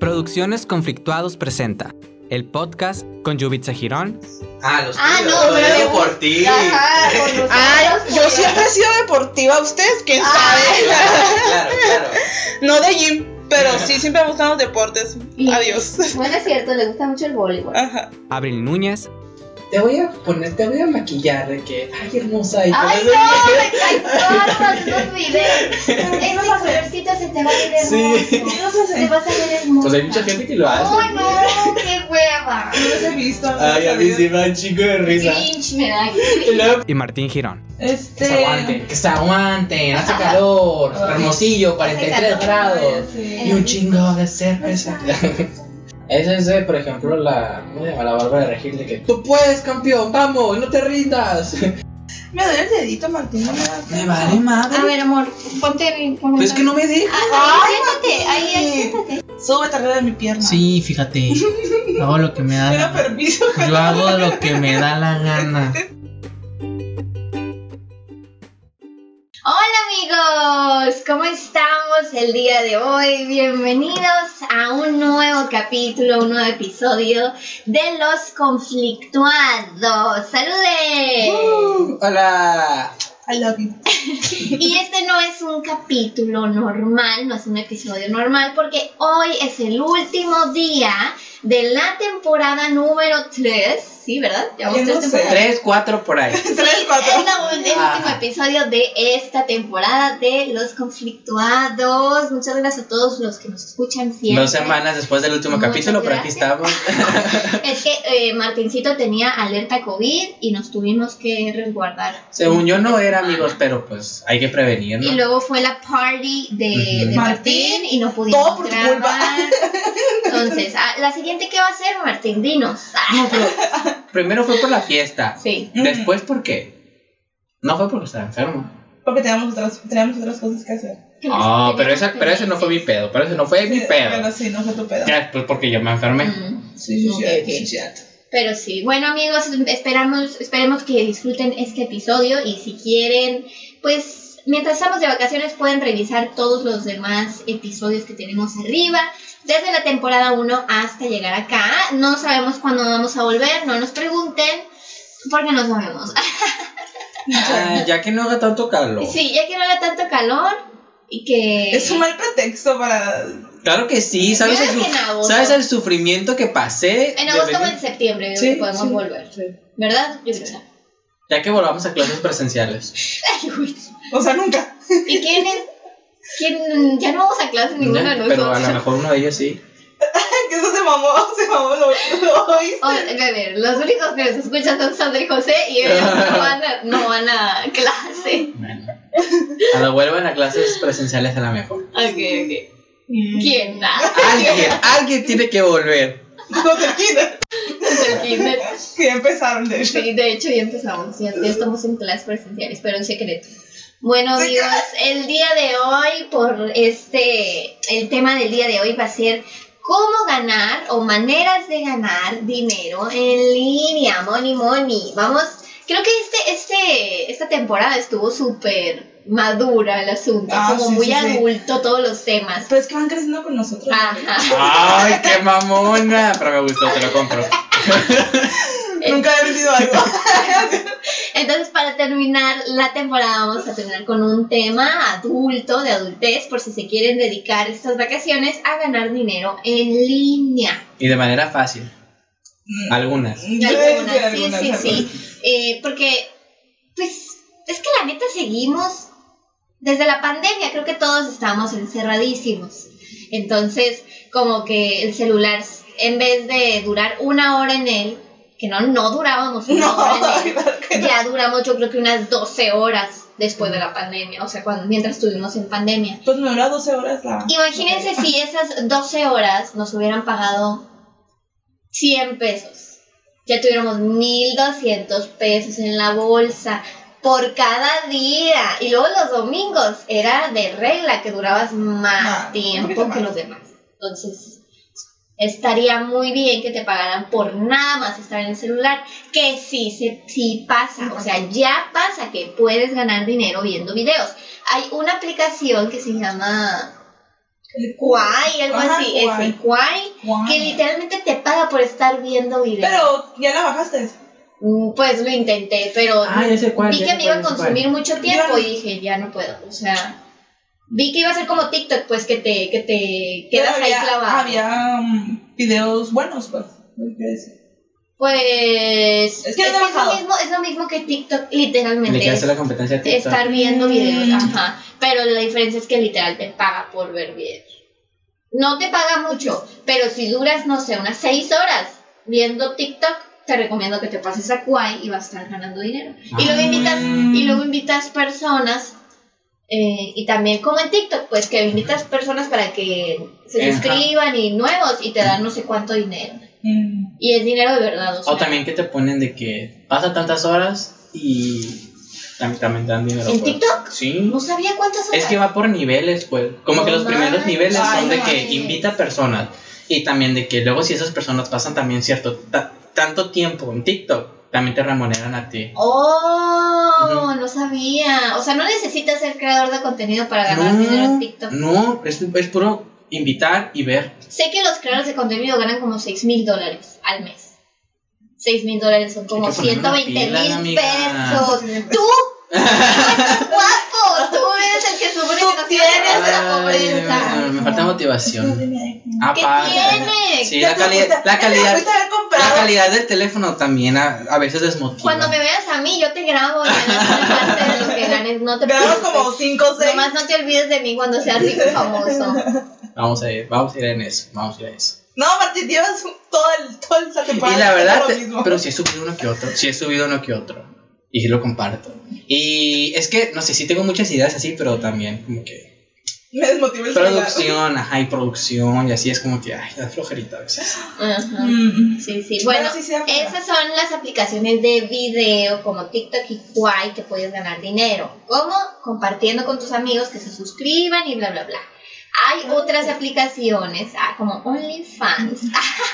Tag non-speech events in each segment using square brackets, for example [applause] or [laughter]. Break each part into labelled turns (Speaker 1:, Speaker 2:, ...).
Speaker 1: Producciones Conflictuados presenta el podcast con Yubitsa Girón.
Speaker 2: Ah, los
Speaker 3: Ah,
Speaker 2: tuyos,
Speaker 3: no,
Speaker 2: lo
Speaker 3: pero
Speaker 2: digo
Speaker 3: yo-
Speaker 2: por ti.
Speaker 3: Ajá, con los
Speaker 4: Ay,
Speaker 3: otros,
Speaker 4: yo
Speaker 3: pues.
Speaker 4: siempre he sido deportiva, ustedes quién
Speaker 3: Ay.
Speaker 4: sabe.
Speaker 2: Claro, claro.
Speaker 4: No de gym, pero sí siempre me gustan los deportes.
Speaker 3: Y-
Speaker 4: Adiós.
Speaker 3: Bueno, es cierto, le gusta mucho el voleibol.
Speaker 4: Ajá.
Speaker 1: Abril Núñez.
Speaker 5: Te voy a poner, te voy a maquillar de que, ay, hermosa. Y
Speaker 3: ¡Ay,
Speaker 5: ponerle-
Speaker 3: no! ¡Me cae todo esos
Speaker 5: [laughs]
Speaker 3: videos! Esa florcita se te va a ver hermoso.
Speaker 5: Sí.
Speaker 3: Se te vas a ver hermoso.
Speaker 5: Pues hay mucha gente que lo hace.
Speaker 3: ¡Ay, no! ¡Qué hueva!
Speaker 4: los he visto.
Speaker 5: Ay, a mí sí me da un chico de risa.
Speaker 3: Cringe
Speaker 5: [laughs]
Speaker 3: me da.
Speaker 5: Y luego-
Speaker 1: y Martín Girón.
Speaker 5: Que
Speaker 4: Este,
Speaker 5: se aguanten, que se aguanten, hace calor,
Speaker 4: Ay.
Speaker 5: hermosillo, 43
Speaker 3: Hace
Speaker 5: grados. Y un chingo de cerveza. Esa es, eh, por ejemplo, la, ¿cómo se llama? la barba de regir de que tú puedes, campeón, vamos, no te rindas.
Speaker 4: Me duele el dedito, Martín. no me da-
Speaker 5: Me vale
Speaker 3: A
Speaker 5: madre.
Speaker 3: ver, amor, ponte.
Speaker 5: Pero Pues es que no me deja.
Speaker 3: Ah, ahí, siéntate, ahí, ahí, siéntate.
Speaker 4: Súbete arriba de mi pierna.
Speaker 5: Sí, fíjate. Hago lo que me da.
Speaker 4: Me da permiso.
Speaker 5: Yo hago lo que me da la gana.
Speaker 3: Hola amigos, ¿cómo estamos el día de hoy? Bienvenidos a un nuevo capítulo, un nuevo episodio de Los Conflictuados. ¡Saludes!
Speaker 4: Uh.
Speaker 5: Hola.
Speaker 4: I love you.
Speaker 3: Y este no es un capítulo normal, no es un episodio normal, porque hoy es el último día de la temporada número 3. Sí, ¿verdad? Llevamos
Speaker 4: Yo
Speaker 3: tres
Speaker 4: no sé.
Speaker 3: temporadas.
Speaker 5: Tres, cuatro por ahí.
Speaker 3: Sí,
Speaker 4: [laughs] Tres, cuatro.
Speaker 3: es la- el último
Speaker 5: Ah.
Speaker 3: episodio de esta temporada de Los Conflictuados. Muchas gracias a todos los que nos escuchan siempre.
Speaker 5: Dos semanas después del último
Speaker 3: Muchas
Speaker 5: capítulo, pero aquí
Speaker 3: gracias.
Speaker 5: estamos.
Speaker 3: Es que eh, Martincito tenía alerta COVID y nos tuvimos que resguardar.
Speaker 5: Según yo no era, amigos, pero pues hay que prevenir,
Speaker 3: Y
Speaker 5: ¿no?
Speaker 3: luego fue la party de,
Speaker 5: Ujú.
Speaker 3: de Martín
Speaker 4: Martín,
Speaker 3: y no pudimos
Speaker 4: todo por tu
Speaker 3: grabar.
Speaker 4: culpa.
Speaker 3: [laughs] Entonces, ah, la siguiente que va a ser Martín,
Speaker 4: [laughs]
Speaker 3: dinos. Ah,
Speaker 5: Primero fue por la fiesta.
Speaker 3: sí.
Speaker 4: Ujú.
Speaker 5: Después, ¿por qué? No fue porque estaba enfermo.
Speaker 4: Porque teníamos otras, teníamos otras cosas que hacer.
Speaker 5: Ah, pero, esa, pero ese no fue mi pedo. Pero ese no fue mi
Speaker 4: Sí,
Speaker 5: pedo.
Speaker 4: Pero sí, no fue tu pedo.
Speaker 5: Ya después porque yo me enfermé.
Speaker 3: Mm.
Speaker 4: Sí, sí, sí,
Speaker 3: Ok,
Speaker 4: sí,
Speaker 3: ok.
Speaker 4: sí.
Speaker 3: Pero sí, bueno amigos, esperamos, esperemos que disfruten este episodio y si quieren, pues mientras estamos de vacaciones pueden revisar todos los demás episodios que tenemos arriba, desde la temporada 1 hasta llegar acá. No sabemos cuándo vamos a volver, no nos pregunten, porque no sabemos.
Speaker 5: Ah, ya que no haga tanto calor.
Speaker 3: [laughs] Sí, ya que no haga tanto calor y que...
Speaker 4: Es un mal pretexto para.
Speaker 5: Claro que sí. ¿Sabes,
Speaker 3: Claro
Speaker 5: el,
Speaker 3: que en
Speaker 5: su-
Speaker 3: agosto.
Speaker 5: ¿sabes el sufrimiento que pasé?
Speaker 3: En
Speaker 5: de
Speaker 3: agosto o
Speaker 5: venir?
Speaker 3: en septiembre yo
Speaker 5: Sí,
Speaker 3: creo que podemos
Speaker 5: sí.
Speaker 3: volver, ¿verdad? Yo creo.
Speaker 5: Ya que volvamos a clases presenciales.
Speaker 3: [laughs] Ay, güey.
Speaker 4: O sea, nunca.
Speaker 3: ¿Y quién es? ¿Quién? Ya no vamos a clase ninguno de
Speaker 5: Ya, Pero a
Speaker 3: nosotros.
Speaker 5: lo mejor uno de ellos
Speaker 3: [laughs]
Speaker 5: sí.
Speaker 4: Que eso se mamó, [laughs] se mamó, lo, lo oíste.
Speaker 3: O- a ver, los únicos que nos escuchan son Sandra y José y ellos no van a, no van a clase.
Speaker 5: Bueno. Cuando vuelvan a clases presenciales a la mejor.
Speaker 3: Ok, ok.
Speaker 4: Mm.
Speaker 3: ¿Quién? Ah, [laughs]
Speaker 5: Alguien, alguien tiene que volver.
Speaker 4: No te quites.
Speaker 3: el kinder.
Speaker 4: Que ya empezaron, de hecho.
Speaker 3: Sí, de hecho ya empezamos, ya, ya estamos en clases presenciales, pero en secreto. Bueno,
Speaker 4: Sí,
Speaker 3: amigos, el día de hoy, por este, el tema del día de hoy va a ser cómo ganar o maneras de ganar dinero en línea, money, money. Vamos, creo que este, este, esta temporada estuvo súper madura el asunto,
Speaker 4: Ah,
Speaker 3: como
Speaker 4: sí,
Speaker 3: muy
Speaker 4: sí, sí.
Speaker 3: adulto todos los temas.
Speaker 4: Pero es que van creciendo con nosotros.
Speaker 3: Ajá.
Speaker 5: ¡Ay, qué mamona! Pero me gustó, te lo compro.
Speaker 4: Nunca he vendido algo.
Speaker 3: Entonces, para terminar la temporada, vamos a terminar con un tema adulto, de adultez, por si se quieren dedicar estas vacaciones a ganar dinero en línea.
Speaker 5: Y de manera fácil. Algunas.
Speaker 4: Yo
Speaker 3: Algunas,
Speaker 4: voy a decir
Speaker 3: sí,
Speaker 4: algunas,
Speaker 3: sí,
Speaker 4: algunas.
Speaker 3: sí. Eh, porque, pues, es que la neta seguimos desde la pandemia, creo que todos estábamos encerradísimos. Entonces, como que el celular, en vez de durar una hora en él, que no, no durábamos una hora
Speaker 4: No,
Speaker 3: en él,
Speaker 4: claro que no.
Speaker 3: ya duramos yo creo que unas 12 horas después de la pandemia, o sea, cuando, mientras estuvimos en pandemia.
Speaker 4: Pues me dura 12 horas la.
Speaker 3: Imagínense si esas 12 horas nos hubieran pagado 100 pesos. Ya tuviéramos 1.200 pesos en la bolsa por cada día. Y luego los domingos era de regla que durabas más
Speaker 4: Ah, un
Speaker 3: tiempo
Speaker 4: poquito
Speaker 3: que
Speaker 4: más.
Speaker 3: los demás. Entonces, estaría muy bien que te pagaran por nada más estar en el celular. Que sí, se, sí pasa. O sea, ya pasa que puedes ganar dinero viendo videos. Hay una aplicación que se llama
Speaker 4: El
Speaker 3: Kwai, algo
Speaker 4: Ajá,
Speaker 3: así, es
Speaker 4: Kwai.
Speaker 3: el Kwai, que literalmente te paga por estar viendo videos.
Speaker 4: Pero ya la bajaste.
Speaker 3: Mm, Pues lo intenté, pero
Speaker 5: Ah, ya sé cuál,
Speaker 3: vi
Speaker 5: ya
Speaker 3: que
Speaker 5: sé
Speaker 3: me iba a
Speaker 5: cuál, ya sé
Speaker 3: consumir mucho tiempo
Speaker 4: Ya.
Speaker 3: y dije, ya no puedo, o sea, vi que iba a ser como TikTok, pues que te, que te
Speaker 4: Pero
Speaker 3: quedas ahí
Speaker 4: había-
Speaker 3: clavado.
Speaker 4: Había mm, videos buenos, pues. lo que es.
Speaker 3: Pues
Speaker 4: Es que no he
Speaker 3: es, lo
Speaker 4: bajado.
Speaker 3: mismo, es lo mismo que TikTok,
Speaker 5: Le
Speaker 3: literalmente.
Speaker 5: quieres
Speaker 3: es
Speaker 5: hacer la competencia a TikTok.
Speaker 3: estar viendo
Speaker 4: Mm.
Speaker 3: videos, ajá. Pero la diferencia es que literal te paga por ver videos. No te paga mucho, pero si duras, no sé, unas 6 horas viendo TikTok, te recomiendo que te pases a Kwai y vas a estar ganando dinero. Y luego
Speaker 5: Ah.
Speaker 3: invitas, y luego invitas personas. eh, y también como en TikTok, pues que invitas personas para que se
Speaker 5: Ajá.
Speaker 3: suscriban y nuevos y te dan no sé cuánto dinero.
Speaker 4: Mm.
Speaker 3: Y es dinero de verdad. O sea,
Speaker 5: O también que te ponen de que pasa tantas horas y tam- también te dan dinero.
Speaker 3: ¿En
Speaker 5: pues.
Speaker 3: TikTok?
Speaker 5: Sí.
Speaker 3: no sabía cuántas horas.
Speaker 5: Es que va por niveles, pues. Como que
Speaker 3: No
Speaker 5: los primeros
Speaker 3: manches.
Speaker 5: niveles
Speaker 4: Ay,
Speaker 5: son de
Speaker 4: no
Speaker 5: que
Speaker 3: manches.
Speaker 5: invita personas. Y también de que luego si esas personas pasan también cierto ta- tanto tiempo en TikTok, también te remuneran a ti.
Speaker 3: Oh,
Speaker 5: Ujú.
Speaker 3: no sabía. O sea, no necesitas ser creador de contenido para ganar dinero en TikTok.
Speaker 5: no, es, es puro invitar y ver.
Speaker 3: Sé que los creadores de contenido ganan como 6 mil dólares al mes. 6 mil dólares son como
Speaker 5: Hay que ponerle una
Speaker 3: 120
Speaker 5: pila,
Speaker 3: mil
Speaker 5: amiga. [laughs]
Speaker 3: pesos. ¡Tú! ¡Tú eres guapo! ¡Tú eres el que sufre
Speaker 4: Tú
Speaker 3: y que nos saca de la
Speaker 5: Ay,
Speaker 3: pobreza!
Speaker 5: me, me falta motivación.
Speaker 3: ¿Qué
Speaker 5: Aparte.
Speaker 3: tiene?
Speaker 5: Ah, Sí, la, cali- la
Speaker 4: Te
Speaker 5: calidad.
Speaker 4: pudiste haber
Speaker 5: La
Speaker 4: comprado.
Speaker 5: calidad del teléfono también a, a veces desmotiva.
Speaker 3: Cuando me veas a mí, yo te grabo y ganas una parte de lo que ganes. No te
Speaker 4: Grabamos
Speaker 3: preocupes.
Speaker 4: como 5 o 6.
Speaker 3: Nomás no te olvides de mí cuando
Speaker 4: [laughs]
Speaker 3: seas rico y famoso.
Speaker 5: Vamos a ir, vamos a ir en eso, vamos a ir a eso.
Speaker 4: No, Martín, llevas todo el, todo el
Speaker 5: Y la verdad,
Speaker 4: lo
Speaker 5: te-
Speaker 4: mismo.
Speaker 5: pero si he subido uno que otro, si he subido uno que otro. Y sí lo comparto. Y es que, no sé, sí tengo muchas ideas así, pero también como que...
Speaker 4: Me desmotivó el celular.
Speaker 5: Producción, ajá, y producción, y así es como que, ay, da flojerita a veces.
Speaker 3: Ajá.
Speaker 4: Mm.
Speaker 3: Sí, sí. Bueno,
Speaker 4: Pero sí se habla.
Speaker 3: esas son las aplicaciones de video como TikTok y Kwai que puedes ganar dinero. ¿Cómo? Compartiendo con tus amigos que se suscriban y bla, bla, bla. Hay otras aplicaciones ah, como OnlyFans [laughs]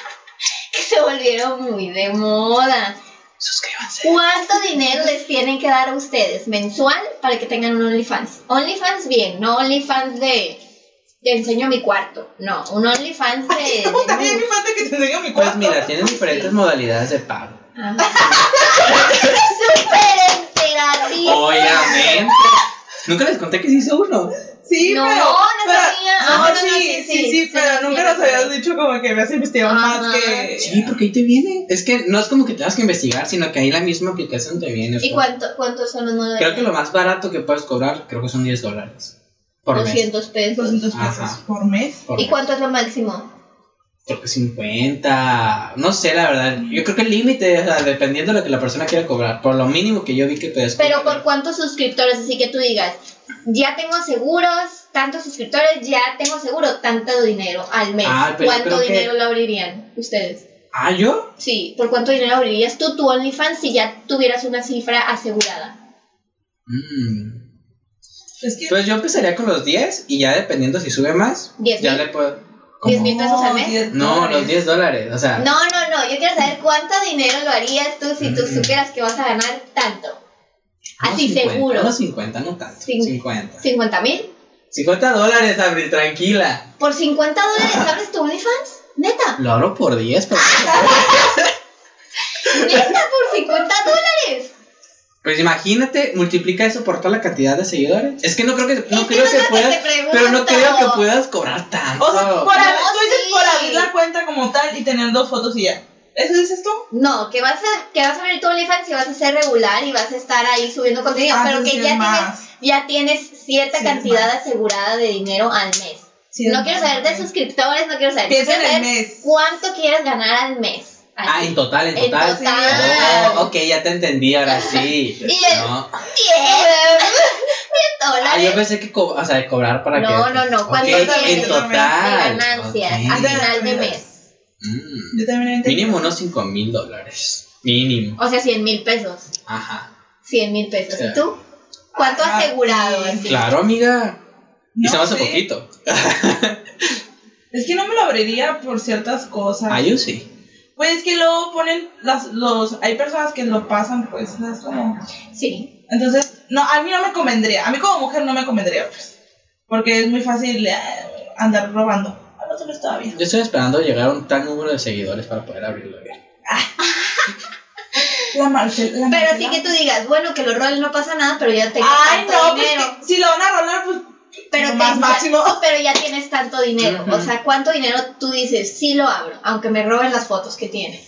Speaker 3: que se volvieron muy de moda.
Speaker 4: Suscríbanse.
Speaker 3: ¿Cuánto dinero les tienen que dar a ustedes mensual para que tengan un OnlyFans? OnlyFans bien, no OnlyFans de te enseño mi cuarto. No, un OnlyFans de...
Speaker 4: [laughs]
Speaker 3: de-
Speaker 4: También me falta que te enseñe mi
Speaker 5: Pues
Speaker 4: cuarto.
Speaker 5: mira, tienen diferentes modalidades de pago.
Speaker 3: Súper enteradísima.
Speaker 5: Obviamente. Nunca les conté que sí hice uno.
Speaker 4: Sí,
Speaker 3: No,
Speaker 4: pero.
Speaker 3: no
Speaker 4: pero-
Speaker 3: sabía.
Speaker 4: No,
Speaker 3: Ah, no, no,
Speaker 4: sí,
Speaker 3: sí,
Speaker 4: sí,
Speaker 3: sí,
Speaker 4: sí,
Speaker 3: sí,
Speaker 4: pero
Speaker 3: sí,
Speaker 4: nunca
Speaker 3: sí,
Speaker 4: nos
Speaker 3: sí.
Speaker 4: habías dicho como que habías investigado
Speaker 3: Ajá.
Speaker 4: más que.
Speaker 5: Sí, porque ahí te viene. Es que no es como que tengas que investigar, sino que ahí la misma aplicación te viene. pues.
Speaker 3: ¿Y cuánto, cuántos son los nueve?
Speaker 5: Creo que lo más barato que puedes cobrar, creo que son 10 dólares. Por mes.
Speaker 3: 200 pesos.
Speaker 4: 200
Speaker 5: Ajá.
Speaker 4: pesos por mes.
Speaker 5: Por
Speaker 3: ¿Y
Speaker 5: mes.
Speaker 3: cuánto es lo máximo?
Speaker 5: Creo que 50. No sé, la verdad. Yo creo que el límite, o sea, dependiendo de lo que la persona quiera cobrar. Por lo mínimo que yo vi que puedes
Speaker 3: Pero
Speaker 5: cobrar.
Speaker 3: por cuántos suscriptores, así que tú digas, ya tengo seguros, tantos suscriptores, ya tengo seguro, tanto dinero al mes.
Speaker 5: Ah, pero
Speaker 3: ¿Cuánto
Speaker 5: creo que-
Speaker 3: dinero lo abrirían ustedes?
Speaker 5: Ah, yo.
Speaker 3: Sí, ¿por cuánto dinero abrirías tú tu OnlyFans si ya tuvieras una cifra asegurada?
Speaker 5: Mm.
Speaker 4: Es que.
Speaker 5: Pues yo empezaría con los 10 y ya dependiendo si sube más,
Speaker 3: 10
Speaker 5: ya
Speaker 3: mil.
Speaker 5: le puedo.
Speaker 3: ¿Diez
Speaker 5: como-
Speaker 3: mil pesos al mes?
Speaker 4: diez
Speaker 5: No,
Speaker 4: dólares.
Speaker 5: los 10 dólares. O sea,
Speaker 3: No, no, no, yo quiero saber cuánto dinero lo harías tú si tú
Speaker 5: Mm.
Speaker 3: supieras que vas a ganar tanto.
Speaker 5: unos
Speaker 3: Así
Speaker 5: 50,
Speaker 3: seguro.
Speaker 5: Unos 50, no tanto.
Speaker 3: Cin-
Speaker 5: 50.
Speaker 3: ¿50 mil?
Speaker 5: 50 dólares, Abril, tranquila.
Speaker 3: ¿Por 50 dólares abres tu OnlyFans? Neta,
Speaker 5: Lo abro por 10, por favor.
Speaker 3: neta, por 50 dólares.
Speaker 5: Pues imagínate, multiplica eso por toda la cantidad de seguidores. Es que no creo que no
Speaker 3: Es
Speaker 5: creo
Speaker 3: no
Speaker 5: que
Speaker 3: sé por qué
Speaker 5: puedas,
Speaker 3: te pregunto.
Speaker 5: pero no creo que puedas cobrar tanto.
Speaker 4: O sea, por,
Speaker 3: No,
Speaker 4: abrir- tú dices
Speaker 3: sí.
Speaker 4: por abrir la cuenta como tal y tener dos fotos y ya. ¿Eso dices tú?
Speaker 3: No, que vas a, que vas a abrir tu OnlyFans y vas a ser regular y vas a estar ahí subiendo contenido,
Speaker 4: Ah,
Speaker 3: pero que
Speaker 4: sí,
Speaker 3: ya
Speaker 4: es
Speaker 3: tienes,
Speaker 4: más.
Speaker 3: ya tienes cierta
Speaker 4: Sí, es
Speaker 3: cantidad
Speaker 4: más.
Speaker 3: asegurada de dinero al mes.
Speaker 4: Sí, es
Speaker 3: no quiero
Speaker 4: más,
Speaker 3: saber de
Speaker 4: ok.
Speaker 3: suscriptores, no quiero saber.
Speaker 4: Piensa
Speaker 3: quiero
Speaker 4: en el
Speaker 3: saber
Speaker 4: mes.
Speaker 3: ¿Cuánto quieres ganar al mes?
Speaker 5: Ah,
Speaker 3: Así.
Speaker 5: en total, en
Speaker 3: En
Speaker 5: total.
Speaker 3: total.
Speaker 5: Oh, ok, ya te entendí, ahora sí.
Speaker 3: [laughs] Y el-
Speaker 5: No.
Speaker 3: 10
Speaker 5: Ah,
Speaker 3: dólares.
Speaker 5: yo pensé que co- o sea, cobrar para que.
Speaker 3: No, no, no.
Speaker 5: Ok,
Speaker 3: ¿Cuánto
Speaker 4: tienes
Speaker 5: en
Speaker 3: tienes
Speaker 5: total.
Speaker 3: de ganancias al
Speaker 5: Ok.
Speaker 3: final de mes?
Speaker 5: Mm.
Speaker 4: Yo también lo
Speaker 5: Mínimo unos 5 mil dólares. Mínimo.
Speaker 3: O sea, 100 mil pesos.
Speaker 5: Ajá.
Speaker 3: 100 mil pesos.
Speaker 5: Sí.
Speaker 3: ¿Y tú? ¿Cuánto
Speaker 4: Ah,
Speaker 3: asegurado?
Speaker 4: sí.
Speaker 3: así?
Speaker 5: Claro, amiga. y se me hace
Speaker 4: sé.
Speaker 5: poquito.
Speaker 4: Es que no me lo abriría por ciertas cosas.
Speaker 5: Ah, yo sí.
Speaker 4: Pues es que luego ponen las, los, hay personas que lo pasan, pues, es como-
Speaker 3: Sí.
Speaker 4: Entonces, no, a mí no me convendría, a mí como mujer no me convendría, pues, porque es muy fácil, eh, andar robando. Ah, no te lo estaba viendo.
Speaker 5: Yo estoy esperando llegar a un tal número de seguidores para poder abrirlo bien.
Speaker 4: La Marcela. la
Speaker 3: Pero así
Speaker 4: Marcela.
Speaker 3: que tú digas, bueno, que los roles no pasa nada, pero ya tengo
Speaker 4: Ay,
Speaker 3: tanto
Speaker 4: no, pues
Speaker 3: dinero.
Speaker 4: que- si lo van a rolar, pues.
Speaker 3: pero,
Speaker 4: más
Speaker 3: te-
Speaker 4: máximo.
Speaker 3: [laughs] pero ya tienes tanto dinero.
Speaker 5: Ujú.
Speaker 3: O sea, ¿cuánto dinero tú dices? Sí lo abro, aunque me roben las fotos que tienes.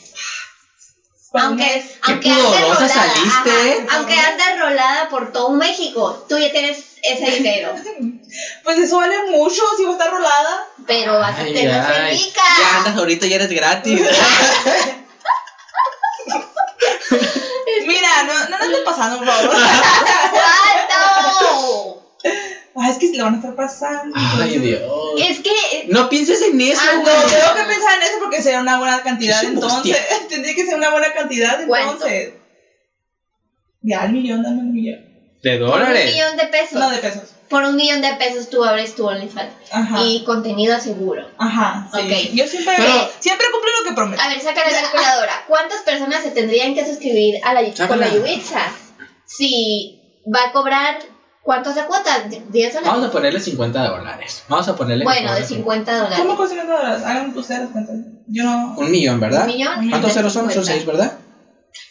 Speaker 3: Aunque,
Speaker 5: Qué
Speaker 3: aunque andes
Speaker 5: pudorosa
Speaker 3: rolada,
Speaker 5: saliste,
Speaker 3: ajá,
Speaker 5: ¿eh?
Speaker 3: aunque andes rolada por todo México, tú ya tienes ese
Speaker 4: [laughs]
Speaker 3: dinero.
Speaker 4: Pues eso vale mucho si va a estar rolada.
Speaker 3: Pero vas a
Speaker 5: Ay,
Speaker 3: tener
Speaker 5: ay.
Speaker 3: rica.
Speaker 5: Ya andas ahorita y eres
Speaker 3: [laughs]
Speaker 5: gratis.
Speaker 4: Mira, no, no nos esté pasando, por [laughs] favor.
Speaker 3: ¡Cuánto!
Speaker 5: [laughs]
Speaker 4: Ay, es que se lo van a estar pasando.
Speaker 5: Ay, Dios.
Speaker 3: Es que
Speaker 5: No pienses en eso,
Speaker 3: Ah,
Speaker 5: güey.
Speaker 4: No, tengo que pensar en eso porque sería una buena cantidad,
Speaker 5: Sí, sí,
Speaker 4: entonces. [laughs] Tendría que ser una buena cantidad,
Speaker 3: ¿Cuánto?
Speaker 4: entonces. Ya, el millón, dame el millón.
Speaker 5: De
Speaker 3: por un
Speaker 5: dólares.
Speaker 3: millón de pesos,
Speaker 4: No, de pesos.
Speaker 3: por un millón de pesos tú abres tu OnlyFans
Speaker 4: Ajá.
Speaker 3: y contenido seguro.
Speaker 4: Ajá, sí.
Speaker 3: Ok.
Speaker 4: Yo siempre,
Speaker 5: Pero-
Speaker 4: siempre cumplo lo que prometo.
Speaker 3: A ver, saca la calculadora. ¿Cuántas personas se tendrían que suscribir a la, con
Speaker 5: Sácala.
Speaker 3: la Yubitsa? Si va a cobrar, ¿cuánto se cuota? ¿10
Speaker 5: Vamos
Speaker 3: dólares?
Speaker 5: a ponerle 50 dólares. Vamos a ponerle.
Speaker 3: Bueno, de
Speaker 5: dólares.
Speaker 3: 50 dólares.
Speaker 4: ¿Cómo consiguen dólares? Hagan ustedes las cuentas. Yo no.
Speaker 5: Un millón, ¿verdad?
Speaker 3: ¿Un millón?
Speaker 5: ¿Cuántos ceros son? Son
Speaker 3: 50.
Speaker 5: 6, ¿verdad?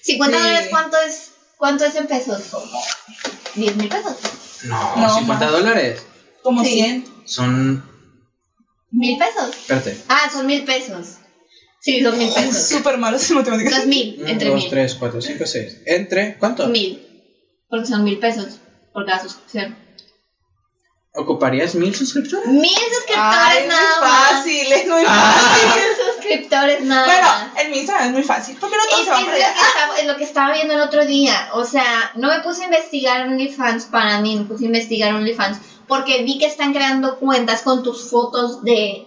Speaker 3: 50
Speaker 4: Sí.
Speaker 3: dólares, ¿cuánto es, ¿cuánto es en pesos? 10 mil pesos.
Speaker 5: No,
Speaker 4: No,
Speaker 5: 50
Speaker 4: más.
Speaker 5: dólares.
Speaker 4: Como
Speaker 3: Sí.
Speaker 4: 100.
Speaker 5: Son.
Speaker 3: ¿Mil pesos?
Speaker 5: Espérate.
Speaker 3: Ah, son mil pesos. Sí, son mil pesos.
Speaker 4: Súper malos en matemáticas.
Speaker 3: Dos mil,
Speaker 5: 1,
Speaker 3: entre
Speaker 5: 2,
Speaker 3: mil.
Speaker 5: 3, 4, 5, 6. Entre. ¿Cuánto?
Speaker 3: Mil. Porque son mil pesos por cada suscripción.
Speaker 5: ¿Ocuparías mil suscriptores?
Speaker 3: Mil suscriptores
Speaker 4: Ay, es muy
Speaker 3: nada más.
Speaker 4: fácil, es muy
Speaker 5: Ah.
Speaker 4: fácil.
Speaker 3: [laughs] Mil suscriptores nada más.
Speaker 4: Bueno, en mi Instagram es muy fácil. ¿Por qué no
Speaker 3: Es que es
Speaker 4: todos
Speaker 3: lo,
Speaker 4: se
Speaker 3: que
Speaker 4: van para allá?
Speaker 3: estaba, es lo que estaba viendo el otro día. O sea, no me puse a investigar OnlyFans para mí, me puse a investigar OnlyFans porque vi que están creando cuentas con tus fotos de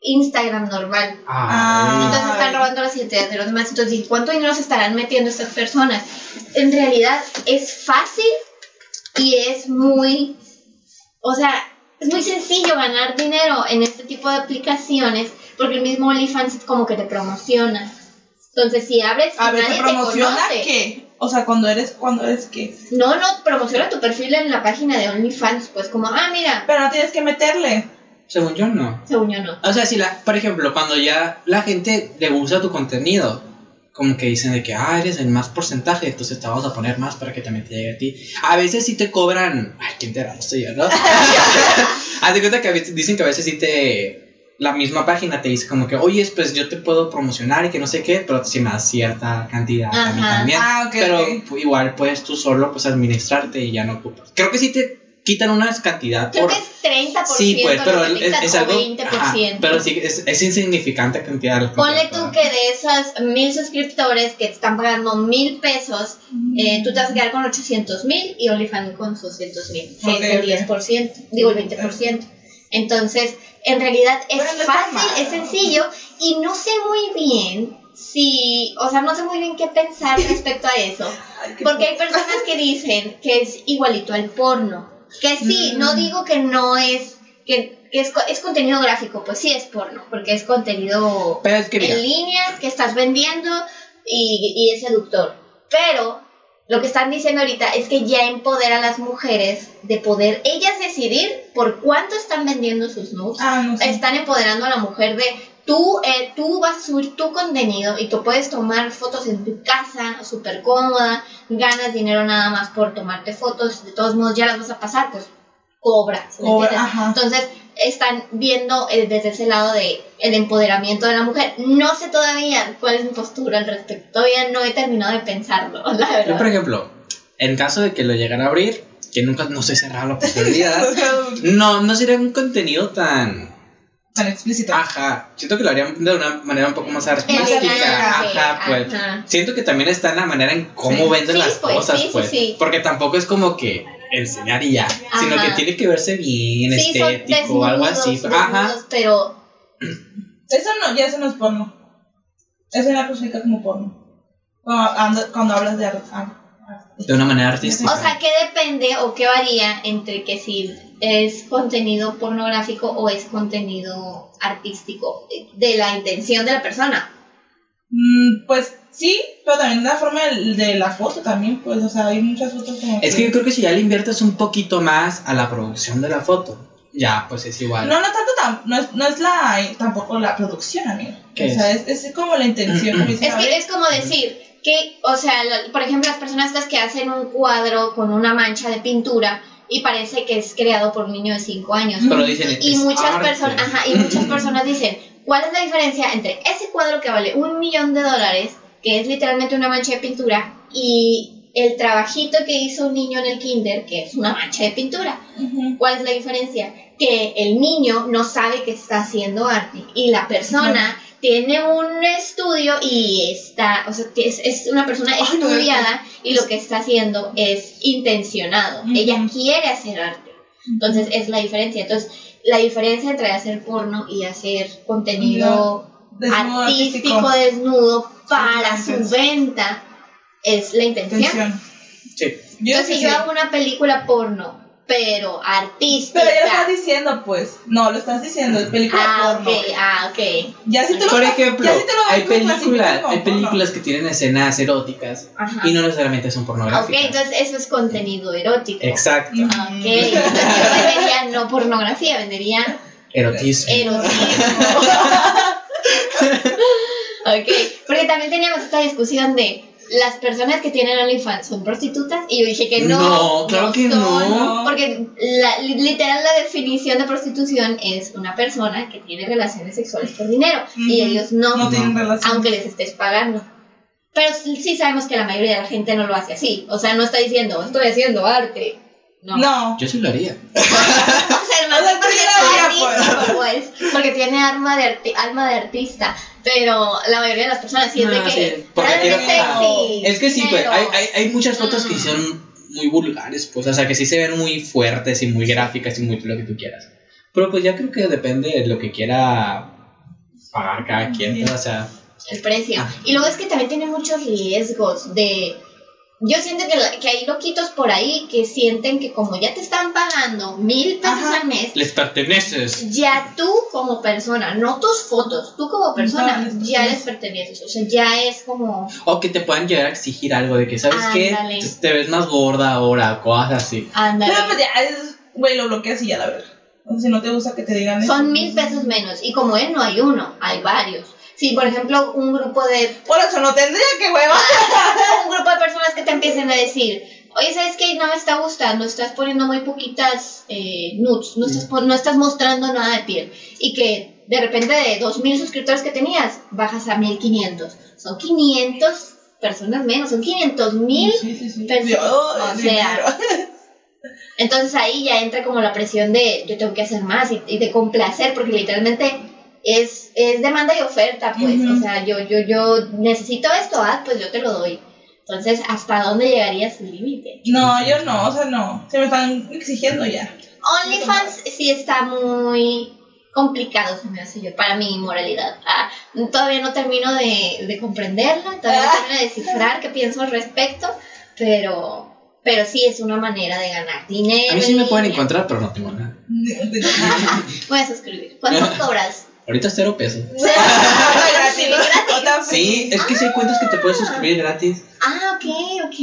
Speaker 3: Instagram normal.
Speaker 5: Ay.
Speaker 3: Entonces están
Speaker 4: Ay.
Speaker 3: robando las identidades de los demás. Entonces, ¿y ¿cuánto dinero se estarán metiendo estas personas? En realidad es fácil y es muy, o sea, es muy sencillo ganar dinero en este tipo de aplicaciones porque el mismo OnlyFans como que te promociona. Entonces, si abres, y
Speaker 5: Ah,
Speaker 4: A ver,
Speaker 3: nadie
Speaker 4: ¿te promociona
Speaker 3: conoce.
Speaker 4: qué? O sea, cuando eres, cuando eres qué.
Speaker 3: No, no, promociona tu perfil en la página de OnlyFans, pues como, ah, mira,
Speaker 4: Pero no tienes que meterle.
Speaker 5: Según yo, no.
Speaker 3: según yo no.
Speaker 5: O sea, si la, por ejemplo, cuando ya la gente le gusta tu contenido, como que dicen de que, ah, eres el más porcentaje, entonces te vamos a poner más para que también te llegue a ti. A veces sí te cobran, ay, qué enterado estoy yo, ¿no? [laughs] Haz de cuenta que a veces, dicen que a veces sí te, la misma página te dice como que, oye, pues yo te puedo promocionar y que no sé qué, pero si me das cierta cantidad a mí
Speaker 3: Ajá.
Speaker 5: también.
Speaker 4: Ah, ok,
Speaker 5: pero
Speaker 4: ok.
Speaker 5: pues, igual puedes tú solo, pues, administrarte y ya no ocupas. Creo que sí te quitan una cantidad
Speaker 3: Creo
Speaker 5: por...
Speaker 3: que es 30%,
Speaker 5: Sí, pues, pero es, es- es algo.
Speaker 3: o
Speaker 5: ajá,
Speaker 3: 20%.
Speaker 5: pero sí, es, es insignificante cantidad de la
Speaker 3: Ponle
Speaker 5: cantidad,
Speaker 3: tú
Speaker 5: ¿verdad?
Speaker 3: que de esos mil suscriptores que te están pagando mil pesos, eh, tú te vas a quedar con 800 mil y OnlyFans con 200 mil, que es
Speaker 4: Ok, ok.
Speaker 3: el 10%, digo el 20%. Entonces, en realidad es
Speaker 4: Bueno, no está mal.
Speaker 3: fácil, es sencillo y no sé muy bien si, o sea, no sé muy bien qué pensar respecto a
Speaker 4: [laughs]
Speaker 3: eso.
Speaker 4: Ay, qué
Speaker 3: Porque hay personas que dicen que es igualito al porno. Que sí,
Speaker 4: Mm.
Speaker 3: no digo que no es, que, que es, co- es contenido gráfico, pues sí es porno, porque es contenido
Speaker 5: Pero es que mira,
Speaker 3: en línea que estás vendiendo y, y es seductor. Pero lo que están diciendo ahorita es que ya empodera a las mujeres de poder ellas decidir por cuánto están vendiendo sus nudes.
Speaker 4: Ah, no sé.
Speaker 3: Están empoderando a la mujer de tú, eh, tú vas a subir tu contenido y tú puedes tomar fotos en tu casa, súper cómoda, ganas dinero nada más por tomarte fotos, de todos modos ya las vas a pasar, pues cobras. ¿me
Speaker 4: Cobra,
Speaker 3: entiendes?
Speaker 4: ajá.
Speaker 3: Entonces están viendo eh, desde ese lado de el empoderamiento de la mujer. No sé todavía cuál es mi postura al respecto, todavía no he terminado de pensarlo, [laughs] la
Speaker 5: yo por
Speaker 3: verdad.
Speaker 5: ejemplo, en caso de que lo llegara a abrir, que nunca no se cerrado la
Speaker 3: [laughs]
Speaker 5: posibilidad, no, no sería un contenido tan.
Speaker 4: Tan explícito.
Speaker 5: Ajá, siento que lo harían de una manera un poco más artística.
Speaker 3: Elegante,
Speaker 5: Ajá, pues.
Speaker 3: ajá.
Speaker 5: Siento que también está en la manera en cómo
Speaker 4: Sí.
Speaker 5: venden
Speaker 3: Sí,
Speaker 5: las
Speaker 3: pues,
Speaker 5: cosas,
Speaker 3: sí, sí,
Speaker 5: pues.
Speaker 3: sí.
Speaker 5: Porque tampoco es como que enseñar y ya, sino
Speaker 3: Ajá.
Speaker 5: que tiene que verse bien,
Speaker 3: Sí, son
Speaker 5: estético o algo así.
Speaker 3: desnudos,
Speaker 5: Ajá.
Speaker 3: desnudos, pero
Speaker 4: Eso no, ya eso no es porno. Eso ya clasifica como porno. Cuando, ando- cuando hablas de Ah, arte.
Speaker 5: De una manera artística.
Speaker 3: O sea, ¿qué depende o qué varía entre que si es contenido pornográfico o es contenido artístico? eh, De la intención de la persona.
Speaker 4: Mm, pues sí, pero también la forma del, del acoso también, pues, o sea, hay muchas fotos como...
Speaker 5: Es que yo creo que si ya le inviertes un poquito más a la producción de la foto, ya pues es igual.
Speaker 4: No, no tanto tam- no es, no es la, tampoco la producción, amigo.
Speaker 5: ¿Qué Mm,
Speaker 4: o sea, es? es como la intención. como dicen,
Speaker 3: Es
Speaker 4: a
Speaker 3: que
Speaker 4: ver,
Speaker 3: es como decir que, o sea, la- por ejemplo, las personas estas que hacen un cuadro con una mancha de pintura y parece que es creado por un niño de 5 años.
Speaker 5: Pero dicen,
Speaker 3: Y
Speaker 5: Mm. "Es
Speaker 3: muchas
Speaker 5: arte".
Speaker 3: personas, ajá,
Speaker 5: [clears throat]
Speaker 3: y muchas personas dicen, ¿cuál es la diferencia entre ese cuadro que vale un millón de dólares, que es literalmente una mancha de pintura, y el trabajito que hizo un niño en el kinder, que es una mancha de pintura?
Speaker 4: ujú,
Speaker 3: ¿Cuál es la diferencia? Que el niño no sabe que está haciendo arte y la persona tiene un estudio y está, o sea, que es, es una persona
Speaker 4: Ay, no,
Speaker 3: estudiada y lo que está haciendo es intencionado.
Speaker 4: Ujú.
Speaker 3: Ella quiere hacer arte. Entonces, es la diferencia. Entonces, la diferencia entre hacer porno y hacer contenido
Speaker 4: desnudo
Speaker 3: artístico, desnudo para
Speaker 4: Sí,
Speaker 3: su
Speaker 4: entonces.
Speaker 3: venta es la intención.
Speaker 4: Intención.
Speaker 5: Sí.
Speaker 4: Yo
Speaker 3: Entonces,
Speaker 4: sí,
Speaker 3: si yo
Speaker 4: sí.
Speaker 3: hago una película porno, pero artística.
Speaker 4: Pero ya lo estás diciendo, pues. No, lo estás diciendo, es película
Speaker 3: ah,
Speaker 4: porno.
Speaker 3: ok, ah, ok.
Speaker 4: Ya si te lo
Speaker 5: Por
Speaker 4: ya
Speaker 5: ejemplo,
Speaker 4: si te lo
Speaker 5: hay,
Speaker 4: clasifican
Speaker 5: películas,
Speaker 4: como
Speaker 5: hay
Speaker 4: porno.
Speaker 5: películas que tienen escenas eróticas
Speaker 3: Ajá.
Speaker 5: y no necesariamente son
Speaker 3: Ah, ok,
Speaker 5: pornográficas.
Speaker 3: entonces eso es contenido erótico.
Speaker 5: Exacto.
Speaker 4: Mm. [laughs]
Speaker 3: Ah, Ok, entonces yo vendería no pornografía, vendería
Speaker 5: Erotismo.
Speaker 3: eh, erotismo. [laughs] ok, porque también teníamos esta discusión de las personas que tienen OnlyFans son prostitutas y yo dije que no.
Speaker 5: No, claro que
Speaker 4: no.
Speaker 3: Porque la, li- literal la definición de prostitución es una persona que tiene relaciones sexuales por dinero y
Speaker 4: Ujú.
Speaker 3: ellos no.
Speaker 4: No tienen relación.
Speaker 3: aunque les estés pagando. Pero sí sabemos que la mayoría de la gente no lo hace así. O sea, no está diciendo, estoy haciendo arte. No. [laughs]
Speaker 4: No.
Speaker 5: Yo sí lo haría.
Speaker 3: O sea, [laughs] el man
Speaker 4: O sea,
Speaker 3: porque
Speaker 4: tú
Speaker 3: es
Speaker 4: ya la veías,
Speaker 3: artístico, pues, Porque tiene alma de, arti- alma de artista. Pero la mayoría de las personas sí es de
Speaker 5: Ah,
Speaker 3: que.
Speaker 5: sí, porque
Speaker 3: "Realmente
Speaker 5: quieren-
Speaker 3: sexy,
Speaker 5: Es que sí, pues,
Speaker 3: pero-
Speaker 5: hay, hay, hay muchas fotos que
Speaker 3: Mm.
Speaker 5: hicieron muy vulgares, pues, o sea, que sí se ven muy fuertes y muy gráficas y muy lo que tú quieras. Pero pues ya creo que depende de lo que quiera pagar cada quien, ¿no? o sea,
Speaker 3: el precio.
Speaker 5: Ah.
Speaker 3: Y luego es que también tiene muchos riesgos de... Yo siento que, la- que hay loquitos por ahí que sienten que como ya te están pagando mil pesos
Speaker 4: Ajá.
Speaker 3: al mes,
Speaker 5: les perteneces.
Speaker 3: ya tú como persona, no tus fotos, tú como persona,
Speaker 4: No, les
Speaker 3: ya
Speaker 4: perteneces.
Speaker 3: les perteneces. O sea, ya es como...
Speaker 5: O que te puedan llegar a exigir algo de que, ¿sabes qué?
Speaker 3: Ándale.
Speaker 5: Te- Te ves más gorda ahora, cosas así.
Speaker 3: Ándale.
Speaker 4: Pero pues ya, es- güey, lo bloqueas y ya la verdad. O sea, si no te gusta que te digan eso.
Speaker 3: Son mil pesos menos. Y como él no hay uno, hay varios. Si, por ejemplo, un grupo de [laughs]
Speaker 4: Por eso no tendría que hueva.
Speaker 3: Ah, un grupo de personas que te empiecen a decir, oye, ¿sabes qué? No me está gustando, estás poniendo muy poquitas eh, nudes, no estás, pon- no estás mostrando nada de piel. Y que de repente de 2.000 suscriptores que tenías, bajas a 1.500. Son 500 personas menos, son 500.000.
Speaker 4: Sí, sí, sí.
Speaker 3: pesos.
Speaker 4: Yo, eh,
Speaker 3: O [laughs] sea, Entonces ahí ya entra como la presión de yo tengo que hacer más y, y de complacer, porque literalmente es, es demanda y oferta, pues.
Speaker 4: Ujú.
Speaker 3: O sea, yo, yo, yo necesito esto, ah, pues yo te lo doy. Entonces, ¿hasta dónde llegaría su límite?
Speaker 4: No, yo no, o sea, no. Se me están exigiendo ya.
Speaker 3: [laughs] OnlyFans sí está muy complicado, se me hace yo, para mi moralidad. Ah, todavía no termino de, de comprenderla, todavía no
Speaker 4: Ah.
Speaker 3: termino de descifrar qué pienso al respecto, pero, pero sí es una manera de ganar dinero.
Speaker 5: A mí sí me
Speaker 3: en
Speaker 5: pueden
Speaker 3: línea.
Speaker 5: encontrar, pero no tengo nada.
Speaker 4: [laughs]
Speaker 3: Voy a suscribir. ¿Cuánto cobras?
Speaker 5: Ahorita cero pesos.
Speaker 3: Gratis.
Speaker 4: Otra
Speaker 5: Sí, es que sí hay cuentas que te puedes suscribir gratis.
Speaker 3: Ah, ok, ok,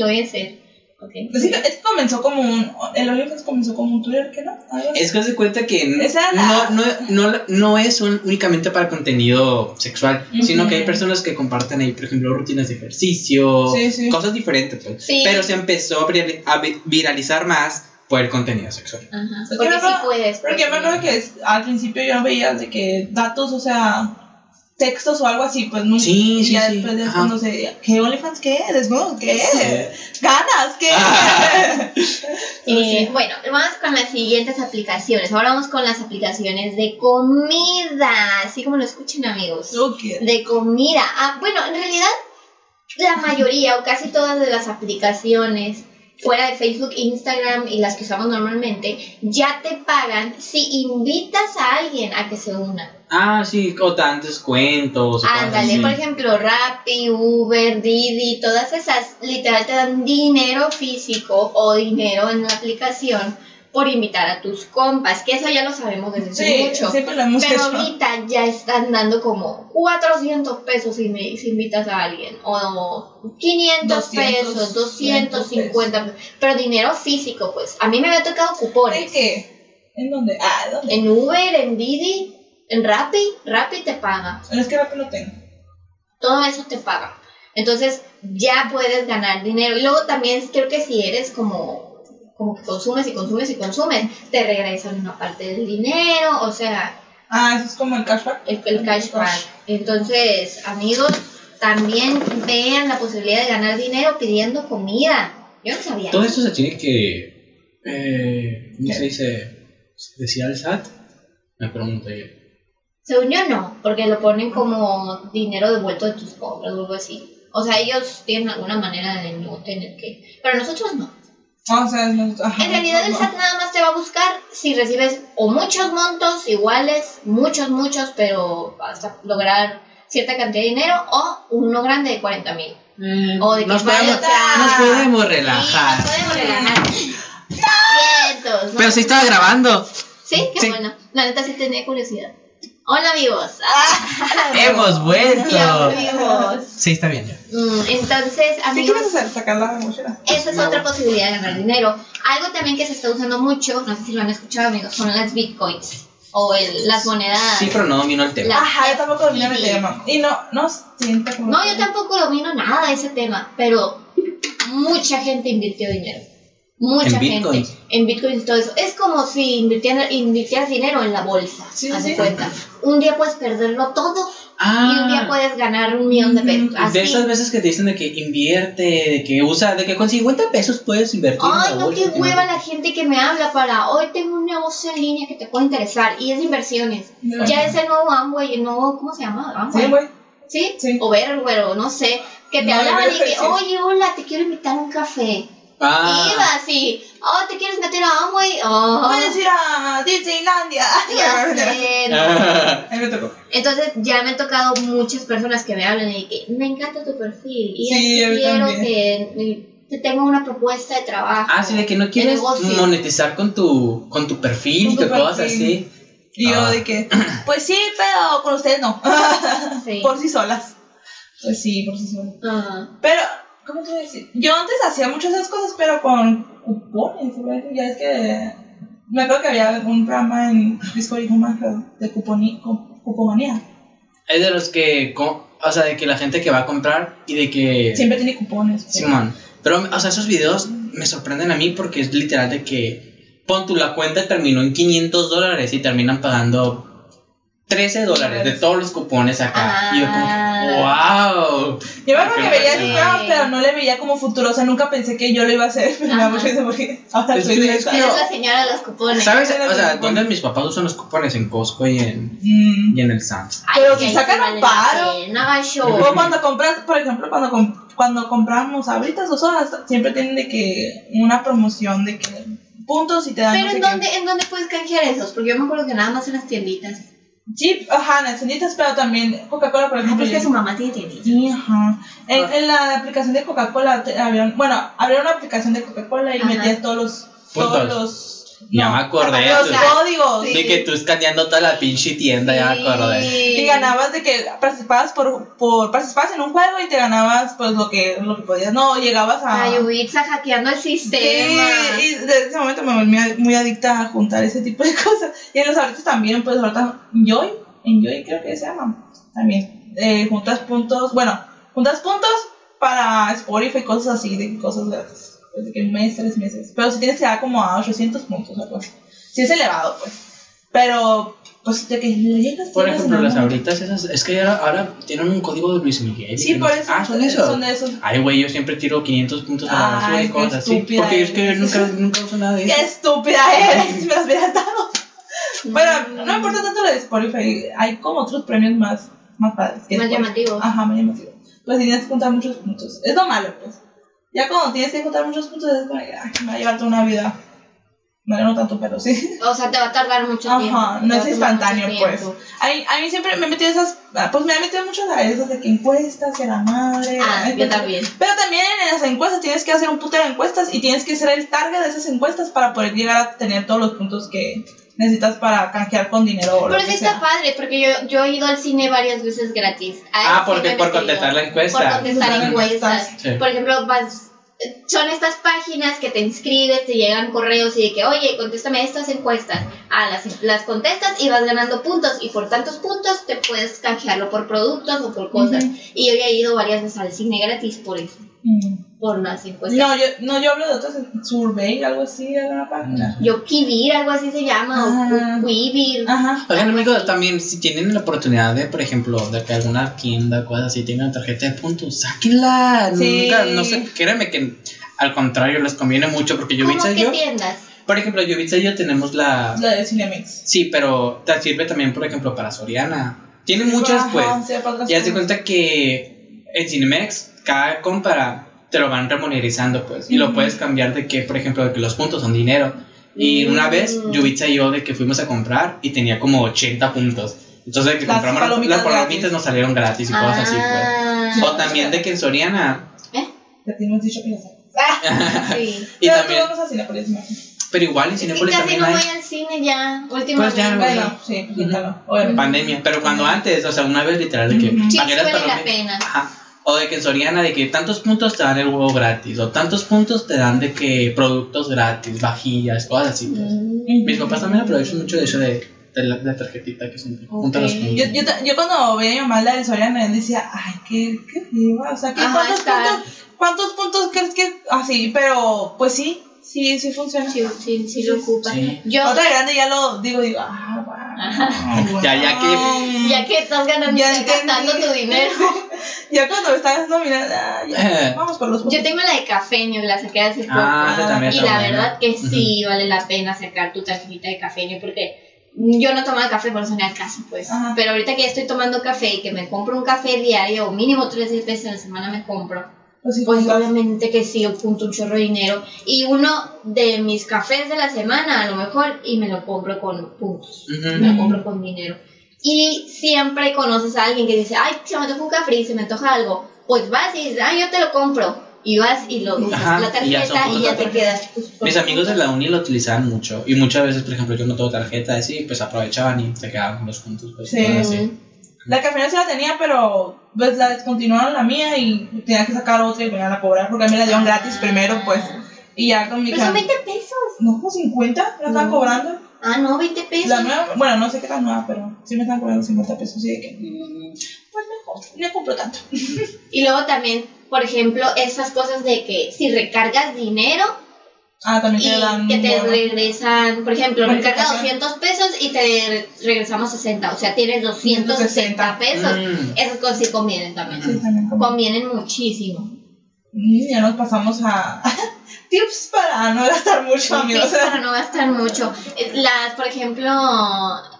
Speaker 3: lo voy a hacer. Okay.
Speaker 4: Pues Sí, es que comenzó como un. El OnlyFans comenzó como un Twitter, ¿qué no? Algo así.
Speaker 5: Es que se cuenta que n-
Speaker 4: Esa la-
Speaker 5: no, no, no, no es un- únicamente para contenido sexual,
Speaker 4: Ujú.
Speaker 5: sino que hay personas que comparten ahí, por ejemplo, rutinas de ejercicio,
Speaker 4: Sí, sí.
Speaker 5: cosas diferentes. pues.
Speaker 3: Sí.
Speaker 5: Pero se empezó a vir- a vi- viralizar más por el contenido sexual.
Speaker 3: Ajá.
Speaker 4: que
Speaker 3: Porque
Speaker 4: me
Speaker 3: sí
Speaker 4: acuerdo-
Speaker 3: puedes.
Speaker 4: Porque yo me acuerdo que es- al principio yo veía de que datos, o sea, textos o algo así, pues muy.
Speaker 5: Sí,
Speaker 4: y
Speaker 5: sí,
Speaker 4: ya
Speaker 5: sí,
Speaker 4: después de
Speaker 5: ajá.
Speaker 4: cuando se. ¿Qué OnlyFans qué eres, no? ¿Qué
Speaker 3: [laughs]
Speaker 5: Sí.
Speaker 4: ¿Ganas? ¿Qué?
Speaker 5: Ah.
Speaker 3: Eh,
Speaker 4: Sí.
Speaker 3: bueno, vamos con las siguientes aplicaciones. Ahora vamos con las aplicaciones de comida. Así como lo escuchan, amigos.
Speaker 4: ¿Tú qué?
Speaker 3: De comida. Ah, bueno, en realidad, la mayoría o casi todas de las aplicaciones fuera de Facebook, Instagram y las que usamos normalmente, ya te pagan si invitas a alguien a que se una.
Speaker 5: Ah, sí, o dan descuentos. o cosas
Speaker 3: Ándale,
Speaker 5: así.
Speaker 3: por ejemplo, Rappi, Uber, Didi, todas esas literal te dan dinero físico o dinero en la aplicación por invitar a tus compas, que eso ya lo sabemos desde hace
Speaker 4: Sí,
Speaker 3: mucho.
Speaker 4: siempre lo hemos
Speaker 3: Pero
Speaker 4: hecho.
Speaker 3: ahorita ya están dando como 400 pesos si, me- si invitas a alguien, o 500
Speaker 4: 200,
Speaker 3: pesos, 250, pero dinero físico, pues. A mí me había tocado
Speaker 4: ¿De
Speaker 3: cupones.
Speaker 4: qué? ¿En dónde? Ah, ¿en dónde?
Speaker 3: En Uber, en Didi, en Rappi, Rappi te paga.
Speaker 4: Es que Rappi no tengo.
Speaker 3: Todo eso te paga. Entonces ya puedes ganar dinero. Y luego también creo que si eres como, como que consumes y consumes y consumes, te regresan una parte del dinero, o sea,
Speaker 4: Ah, eso es como el cashback.
Speaker 3: el, el cashback. Entonces, amigos, también vean la posibilidad de ganar dinero pidiendo comida. Yo no sabía.
Speaker 5: Todo esto se tiene que. Eh, ¿Cómo se dice? ¿Se decía el SAT? Me pregunto yo.
Speaker 3: Según yo no, porque lo ponen como dinero devuelto de tus compras o algo así. O sea, ellos tienen alguna manera de no tener que... Pero nosotros no.
Speaker 4: Ah, o sea, es nuestro- ajá,
Speaker 3: En realidad el
Speaker 4: no.
Speaker 3: SAT nada más te va a buscar si recibes o muchos montos iguales, muchos, muchos, pero hasta lograr cierta cantidad de dinero o uno grande de 40 mil. O de que
Speaker 5: nos, podemos,
Speaker 3: falta.
Speaker 5: nos podemos
Speaker 3: Sí,
Speaker 5: relajar.
Speaker 3: nos podemos relajar. Cientos, ¿no?
Speaker 5: Pero si estaba grabando.
Speaker 3: Sí, qué
Speaker 5: Sí.
Speaker 3: bueno. La neta sí tenía curiosidad. Hola vivos. Ah,
Speaker 5: Hemos vuelto.
Speaker 3: Dios, vivos.
Speaker 5: Sí, está bien. ya.
Speaker 3: Mm, Entonces,
Speaker 4: ¿Qué
Speaker 3: amigos,
Speaker 4: quieres hacer? ¿Sacar la mochila?
Speaker 3: esa es
Speaker 5: No.
Speaker 3: otra posibilidad de ganar dinero. Algo también que se está usando mucho, no sé si lo han escuchado, amigos, son las bitcoins o el- las monedas.
Speaker 5: Sí, pero no domino el tema.
Speaker 3: La-
Speaker 4: Ajá, yo tampoco domino el
Speaker 3: Sí.
Speaker 4: tema. Y no, no siento como.
Speaker 3: No, yo tampoco domino nada de ese tema, pero mucha gente invirtió dinero. Mucha
Speaker 5: En
Speaker 3: gente
Speaker 5: bitcoins.
Speaker 3: en bitcoins y todo eso. Es como si invirtieran- invirtieras dinero en la bolsa.
Speaker 4: Sí,
Speaker 3: haz de
Speaker 4: sí, sí.
Speaker 3: cuenta. Un día puedes perderlo todo y un
Speaker 5: Ah,
Speaker 3: día puedes ganar un millón de pesos.
Speaker 4: Ah. Ujú.
Speaker 3: Así.
Speaker 5: de esas veces que te dicen de que invierte, de que usa, de que con 50 pesos puedes invertir. en la
Speaker 3: Ay, no,
Speaker 5: bolsa,
Speaker 3: qué
Speaker 5: que no-
Speaker 3: hueva la gente que me habla para hoy tengo un negocio en línea que te puede interesar y es de inversiones.
Speaker 4: No.
Speaker 3: Ya es el nuevo Amway, el nuevo, ¿cómo se llama? Amway.
Speaker 4: Sí, güey.
Speaker 3: ¿Sí?
Speaker 4: Sí.
Speaker 3: O Verwell, o no sé. Que te
Speaker 4: No,
Speaker 3: hablaban y que,
Speaker 4: Verwell, sí.
Speaker 3: oye, hola, te quiero invitar a un café. Y
Speaker 5: Ah,
Speaker 3: ibas y, oh, ¿te quieres meter a Amway? Oh,
Speaker 4: Puedes ir a
Speaker 3: [laughs]
Speaker 4: Disneylandia.
Speaker 3: ya sé, no.
Speaker 5: Ah.
Speaker 4: Ahí me tocó.
Speaker 3: Entonces ya me han tocado muchas personas que me hablan y que me encanta tu perfil y es
Speaker 4: Sí,
Speaker 3: que
Speaker 4: a mí
Speaker 3: quiero
Speaker 4: también.
Speaker 3: que y te tengo una propuesta de trabajo.
Speaker 5: Ah, sí, de que no quieres
Speaker 3: negocio.
Speaker 5: monetizar con tu, con tu perfil
Speaker 4: Con
Speaker 5: y
Speaker 4: tu
Speaker 5: tu cosas
Speaker 4: perfil.
Speaker 5: así.
Speaker 4: Y yo
Speaker 5: Ah.
Speaker 4: de que, pues sí, pero con ustedes no.
Speaker 3: Sí.
Speaker 4: [laughs] por sí solas. Pues sí, por sí solas.
Speaker 3: Ah,
Speaker 4: Pero, ¿cómo te voy a decir? Yo antes hacía muchas de esas cosas, pero con cupones, güey. Ya es que. Me acuerdo que había un programa en Discovery Human, creo, de cuponi, cu- cupomanía.
Speaker 5: Es de los que, co- o sea, de que la gente que va a comprar y de que...
Speaker 4: Siempre tiene cupones. güey.
Speaker 5: Simón. Pero, o sea, esos videos me sorprenden a mí porque es literal de que pon tu la cuenta terminó en 500 dólares y terminan pagando 13 dólares de todos los cupones acá. Y yo
Speaker 3: Ah.
Speaker 5: como, wow.
Speaker 4: Yo me acuerdo que veía
Speaker 5: Sí.
Speaker 4: esos programas, pero no le veía como futuro. O sea, nunca pensé que yo lo iba a hacer. [laughs] Pero me
Speaker 3: Ajá.
Speaker 4: aburrido porque ahora
Speaker 5: Es
Speaker 4: soy
Speaker 5: que-
Speaker 4: de
Speaker 5: es
Speaker 4: esa.
Speaker 5: que-
Speaker 3: eres la señora de los cupones.
Speaker 5: ¿Sabes?
Speaker 4: Era
Speaker 5: O sea,
Speaker 4: bien bueno.
Speaker 5: ¿dónde mis papás usan los cupones? En Costco y en,
Speaker 4: Mm.
Speaker 5: y en el Sam's.
Speaker 3: Ay,
Speaker 4: Pero
Speaker 3: que
Speaker 4: si
Speaker 3: ahí
Speaker 4: sacan
Speaker 3: sí vale
Speaker 4: un
Speaker 3: la
Speaker 4: paro.
Speaker 3: pena, gacho.
Speaker 4: O cuando compras, por ejemplo, cuando, com- cuando compramos ahorita o sodas, siempre tienen de que una promoción de que puntos y te dan.
Speaker 3: Pero
Speaker 4: no sé
Speaker 3: ¿en
Speaker 4: qué.
Speaker 3: dónde, ¿en dónde puedes canjear esos? Porque yo me acuerdo que nada más en las tienditas.
Speaker 4: Sí, ajá, en las tienditas, pero también Coca-Cola, por
Speaker 3: Ah,
Speaker 4: ejemplo.
Speaker 3: pues que Ah.
Speaker 4: yo-
Speaker 3: su mamá tiene tienditas.
Speaker 4: Sí, ajá. En, en la aplicación de Coca-Cola te- abrieron, bueno, abrieron una aplicación de Coca-Cola y
Speaker 3: Ajá.
Speaker 4: metías todos los, todos
Speaker 5: Puntos.
Speaker 4: los,
Speaker 5: Ya me acordé.
Speaker 4: los
Speaker 5: tú-
Speaker 3: sea,
Speaker 4: códigos.
Speaker 3: sí.
Speaker 5: De que tú escaneando toda la pinche tienda, ya me acordé.
Speaker 4: Y ganabas de que participabas por, por participabas en un juego y te ganabas pues lo que lo que podías. No, llegabas a
Speaker 3: Ay, Ubitsa hackeando el
Speaker 4: Sí,
Speaker 3: sistema.
Speaker 4: y desde ese momento me volví a- muy adicta a juntar ese tipo de [laughs] cosas. Y en los ahorritos también, pues ahorita Joy, en Joy creo que se llama, también. eh, juntas puntos, bueno, juntas puntos para Spotify, cosas así, de cosas gratis. Pues de que un mes, tres meses. Pero si tienes que dar como a 800 puntos, algo así. Si es elevado, pues. Pero, pues de que le llegas.
Speaker 5: Por
Speaker 4: llegas,
Speaker 5: ejemplo,
Speaker 4: ¿no?
Speaker 5: las ahoritas esas, es que ahora, ahora tienen un código de Luis Miguel.
Speaker 4: Sí,
Speaker 5: que
Speaker 4: por
Speaker 5: no-
Speaker 4: eso.
Speaker 5: Ah, son esos.
Speaker 4: Son de esos.
Speaker 5: Ay, güey, yo siempre tiro 500 puntos a
Speaker 4: Ay,
Speaker 5: la basura y
Speaker 4: qué
Speaker 5: cosas así.
Speaker 4: estúpida
Speaker 5: Porque es que
Speaker 4: eres.
Speaker 5: nunca, nunca uso nada de
Speaker 4: ¡Qué
Speaker 5: eso.
Speaker 4: estúpida
Speaker 5: [laughs]
Speaker 4: eres! Me las hubieras dado. Bueno, no me importa tanto lo de Spotify. Hay como otros premios más, más padres. que
Speaker 3: Más
Speaker 4: Spotify.
Speaker 3: llamativos.
Speaker 4: Ajá, más llamativos. Pues tienes que juntar muchos puntos. Es lo malo, pues. Ya cuando tienes que juntar muchos puntos, es como, ay, me va a llevar toda una vida. No, no tanto, pero sí.
Speaker 3: O sea, te va a tardar mucho tiempo.
Speaker 4: Ajá,
Speaker 3: te
Speaker 4: no
Speaker 3: va a
Speaker 4: es
Speaker 3: tomar
Speaker 4: instantáneo,
Speaker 3: mucho
Speaker 4: pues.
Speaker 3: tiempo.
Speaker 4: A mí, a mí siempre me he metido esas. ah, Pues me he metido mucho a esas de que encuestas y a la madre.
Speaker 3: Ah,
Speaker 4: ay,
Speaker 3: yo
Speaker 4: pues,
Speaker 3: también.
Speaker 4: Pero también en las encuestas tienes que hacer un putero de encuestas y tienes que ser el target de esas encuestas para poder llegar a tener todos los puntos que necesitas para canjear con dinero. O lo
Speaker 3: Pero
Speaker 4: que
Speaker 3: sí
Speaker 4: sea.
Speaker 3: está padre, porque yo, yo he ido al cine varias veces gratis. A
Speaker 5: Ah,
Speaker 3: ese
Speaker 5: porque
Speaker 3: cine
Speaker 5: por
Speaker 3: me he metido.
Speaker 5: contestar la encuesta.
Speaker 4: Pues,
Speaker 3: Por contestar
Speaker 4: Contestar
Speaker 3: encuestas.
Speaker 5: encuestas. Sí.
Speaker 3: Por ejemplo, vas eh, son estas páginas que te inscribes, te llegan correos y de que, oye, contéstame estas encuestas. Ah, las, las contestas y vas ganando puntos y por tantos puntos te puedes canjearlo por productos o por cosas.
Speaker 4: Ujú.
Speaker 3: Y yo ya he ido varias veces al cine gratis por eso, por las encuestas.
Speaker 4: Mm. No, yo, no, yo hablo de otras, Survey, algo así, alguna página.
Speaker 3: Yo Kivir, algo así se llama,
Speaker 4: Ah.
Speaker 3: o Quivir.
Speaker 4: Ajá.
Speaker 5: Oigan, amigos, también si tienen la oportunidad de, por ejemplo, de que alguna tienda, cosas así, tengan tarjeta de puntos, sáquenla.
Speaker 4: Sí.
Speaker 5: Nunca, no sé, créanme que al contrario les conviene mucho porque
Speaker 3: ¿Cómo
Speaker 5: Yubitsa y
Speaker 3: que
Speaker 5: yo,
Speaker 3: tiendas?
Speaker 5: por ejemplo, Yubitsa y yo tenemos la.
Speaker 4: La de Cinemix.
Speaker 5: Sí, pero te sirve también, por ejemplo, para Soriana. Tiene muchas, pues. Ya se
Speaker 4: cuenta
Speaker 5: cuenta que en Cinemex, cada compra te lo van remunerizando, pues. Y lo
Speaker 4: Ujú.
Speaker 5: puedes cambiar de que, por ejemplo, de que los puntos son dinero. Y una vez,
Speaker 3: Mm.
Speaker 5: Yubitsa y yo, de que fuimos a comprar y tenía como 80 puntos. Entonces, de que
Speaker 4: Las
Speaker 5: compramos las-
Speaker 4: palomitas
Speaker 5: las palomitas
Speaker 4: gratis.
Speaker 5: nos salieron gratis y cosas así, pues.
Speaker 3: Ah,
Speaker 5: O también de que en Soriana.
Speaker 4: Ya te hemos dicho que ya sabes. Ah,
Speaker 3: sí.
Speaker 5: Y
Speaker 4: pero
Speaker 5: también,
Speaker 4: tú vamos a Cinépolis, imagino.
Speaker 5: pero igual en
Speaker 3: Es que
Speaker 5: Cinepolis
Speaker 3: casi
Speaker 5: también
Speaker 3: no
Speaker 5: hay
Speaker 3: voy al cine ya, últimamente.
Speaker 5: ya no.
Speaker 4: Pues Bueno, sí, pues,
Speaker 5: Ujú.
Speaker 4: quítalo, obviamente.
Speaker 5: pandemia. Pero cuando antes, o sea, una vez literal, de que
Speaker 4: Ujú.
Speaker 3: Sí, sí
Speaker 5: pagué las
Speaker 3: vale la
Speaker 5: palomitas.
Speaker 3: pena.
Speaker 5: Ajá. O de que en Soriana, de que tantos puntos te dan el huevo gratis, o tantos puntos te dan de que productos gratis, vajillas, cosas así. pues.
Speaker 3: Mm.
Speaker 5: Mis papás también aprovechan mucho de eso de, de la, la tarjetita que son junta los
Speaker 3: Ok.
Speaker 5: puntos.
Speaker 4: Yo, yo, ta- yo cuando veía a mi mamá la del Soriana, él decía, ay, qué, qué feo, o sea, ¿qué,
Speaker 3: Ajá,
Speaker 4: ¿cuántos
Speaker 3: está.
Speaker 4: puntos, cuántos puntos crees que, así, pero, pues sí, sí, sí funciona.
Speaker 3: Sí, sí, sí lo ocupa.
Speaker 5: Sí.
Speaker 3: Yo,
Speaker 4: Otra grande ya lo digo, digo, ah, wow, wow.
Speaker 5: Ya- ya que-
Speaker 3: ya que estás ganando,
Speaker 4: Ya
Speaker 3: estás
Speaker 4: entendí.
Speaker 3: gastando tu
Speaker 4: [laughs]
Speaker 3: dinero.
Speaker 4: Ya cuando estás nominando, ah,
Speaker 5: [laughs]
Speaker 4: ya, vamos por los puntos.
Speaker 3: Yo tengo la de cafeño, la saqué hace poco.
Speaker 5: Ah, esa también
Speaker 3: y
Speaker 5: está
Speaker 3: la
Speaker 5: buena.
Speaker 3: verdad que sí vale la pena sacar tu tarjetita de cafeño porque yo no tomaba café, por eso no al caso, pues.
Speaker 4: Ajá.
Speaker 3: Pero ahorita que ya estoy tomando café y que me compro un café diario, o mínimo tres veces a la semana me compro,
Speaker 4: Pues sí,
Speaker 3: Pues
Speaker 4: puntos.
Speaker 3: obviamente que sí, punto un chorro de dinero. Y uno de mis cafés de la semana, a lo mejor, y me lo compro con puntos.
Speaker 5: Ujú.
Speaker 3: Me lo compro con dinero. Y siempre conoces a alguien que dice, ay, se me antoja un café y se me antoja algo. Pues vas y dices, ay, yo te lo compro. Y vas y lo usas
Speaker 5: Ajá,
Speaker 3: la
Speaker 5: y ya
Speaker 3: tarjeta
Speaker 5: son
Speaker 3: y ya,
Speaker 5: puntos
Speaker 3: te
Speaker 5: aparte.
Speaker 3: quedas. pues, con
Speaker 5: Mis amigos de
Speaker 3: puntos.
Speaker 5: la uni lo utilizaban mucho, y muchas veces, por ejemplo, yo no tengo tarjeta, así, pues aprovechaban y se quedaban con los puntos. Pues,
Speaker 4: Sí.
Speaker 5: cosas así.
Speaker 3: Ujú.
Speaker 4: La cafeína sí la tenía, pero pues la descontinuaron la mía y tenía que sacar otra y me iban a cobrar porque a mí me la dieron gratis primero, pues. Y ya con mi
Speaker 3: Pero son
Speaker 4: cam-
Speaker 3: 20 pesos.
Speaker 4: No, como 50 la están
Speaker 3: No.
Speaker 4: cobrando.
Speaker 3: Ah, no, 20 pesos.
Speaker 4: La nueva, bueno, no sé qué tan nueva, pero sí me están cobrando 50 pesos. Y de que, mm, pues no compro, no compro tanto.
Speaker 3: Y luego también, por ejemplo, esas cosas de que si recargas dinero,
Speaker 4: Ah, también te dan.
Speaker 3: y que te
Speaker 4: bono.
Speaker 3: regresan, por ejemplo, recarga
Speaker 4: Bonificación.
Speaker 3: 200 pesos y te re- regresamos 60, o sea, tienes 260 pesos.
Speaker 5: Mm.
Speaker 3: Esas cosas sí convienen también,
Speaker 4: Sí, también como-
Speaker 3: convienen muchísimo.
Speaker 4: Mm, Ya nos pasamos a [laughs] tips para no gastar mucho, amigos.
Speaker 3: Sí, para no gastar mucho. Eh, Las, por ejemplo,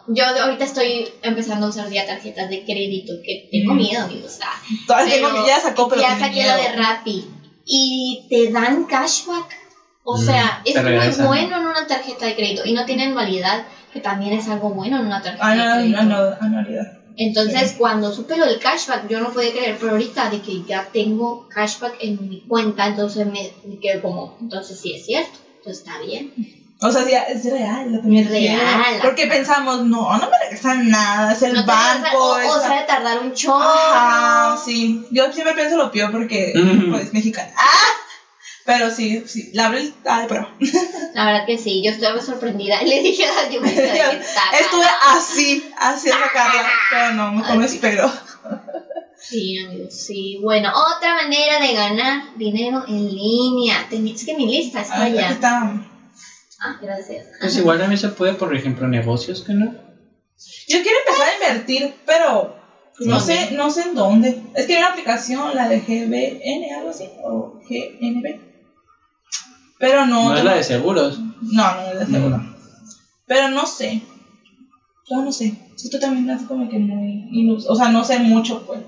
Speaker 3: yo ahorita estoy empezando a usar ya tarjetas de crédito, que tengo
Speaker 4: Mm.
Speaker 3: miedo, amigos. ah,
Speaker 4: [laughs] Todavía
Speaker 3: pero
Speaker 4: tengo- ya sacó, pero.
Speaker 3: ya
Speaker 4: tiene
Speaker 3: saqué la de
Speaker 4: miedo.
Speaker 3: Rappi y te dan cashback. O
Speaker 5: Mm,
Speaker 3: sea,
Speaker 5: te
Speaker 3: es muy
Speaker 5: regresan.
Speaker 3: bueno en una tarjeta de crédito y no tienen validad, que también es algo bueno en una tarjeta
Speaker 4: Ah,
Speaker 3: de
Speaker 4: no,
Speaker 3: crédito.
Speaker 4: no, no, anualidad.
Speaker 3: Entonces, cuando supe lo del cashback, yo no podía creer, pero ahorita de que ya tengo cashback en mi cuenta, entonces me, me quedé como, entonces sí es cierto, entonces está bien.
Speaker 4: O sea, sí, es real, lo que me refiero.
Speaker 3: Real.
Speaker 4: Porque pensamos, no, no me regresan nada, es el
Speaker 3: No te
Speaker 4: banco.
Speaker 3: tardas- o, o
Speaker 4: es-
Speaker 3: sea, de tardar un chorro.
Speaker 4: Ajá, sí. Yo siempre pienso lo peor porque
Speaker 5: Mm.
Speaker 4: pues mexicana. ¡Ah! Pero sí, sí. La abrí la de prueba.
Speaker 3: La verdad que sí, yo estaba sorprendida. [laughs] Le dije a la
Speaker 4: [laughs]
Speaker 3: Yubitsa, "Ay, saca".
Speaker 4: Estuve así, así a sacarla. Pero no, mejor me espero.
Speaker 3: Sí, amigos, sí. Bueno, otra manera de ganar dinero en línea. Ten- Es que mi lista está
Speaker 4: Ay, aquí
Speaker 3: allá.
Speaker 4: está.
Speaker 3: Ah, gracias.
Speaker 5: Pues igual también se puede, por ejemplo, negocios que no.
Speaker 4: Yo quiero empezar a invertir, pero no
Speaker 5: ¿Dónde?
Speaker 4: sé, no sé en dónde. Es que hay una aplicación, la de GBN, algo así, o GNB. Pero no.
Speaker 5: No es
Speaker 4: tengo-
Speaker 5: la de seguros.
Speaker 4: No, no, de
Speaker 5: Mm.
Speaker 4: seguro. Pero no sé. Yo no sé. Si tú también estás como que muy. inus- O sea, no sé mucho, pues.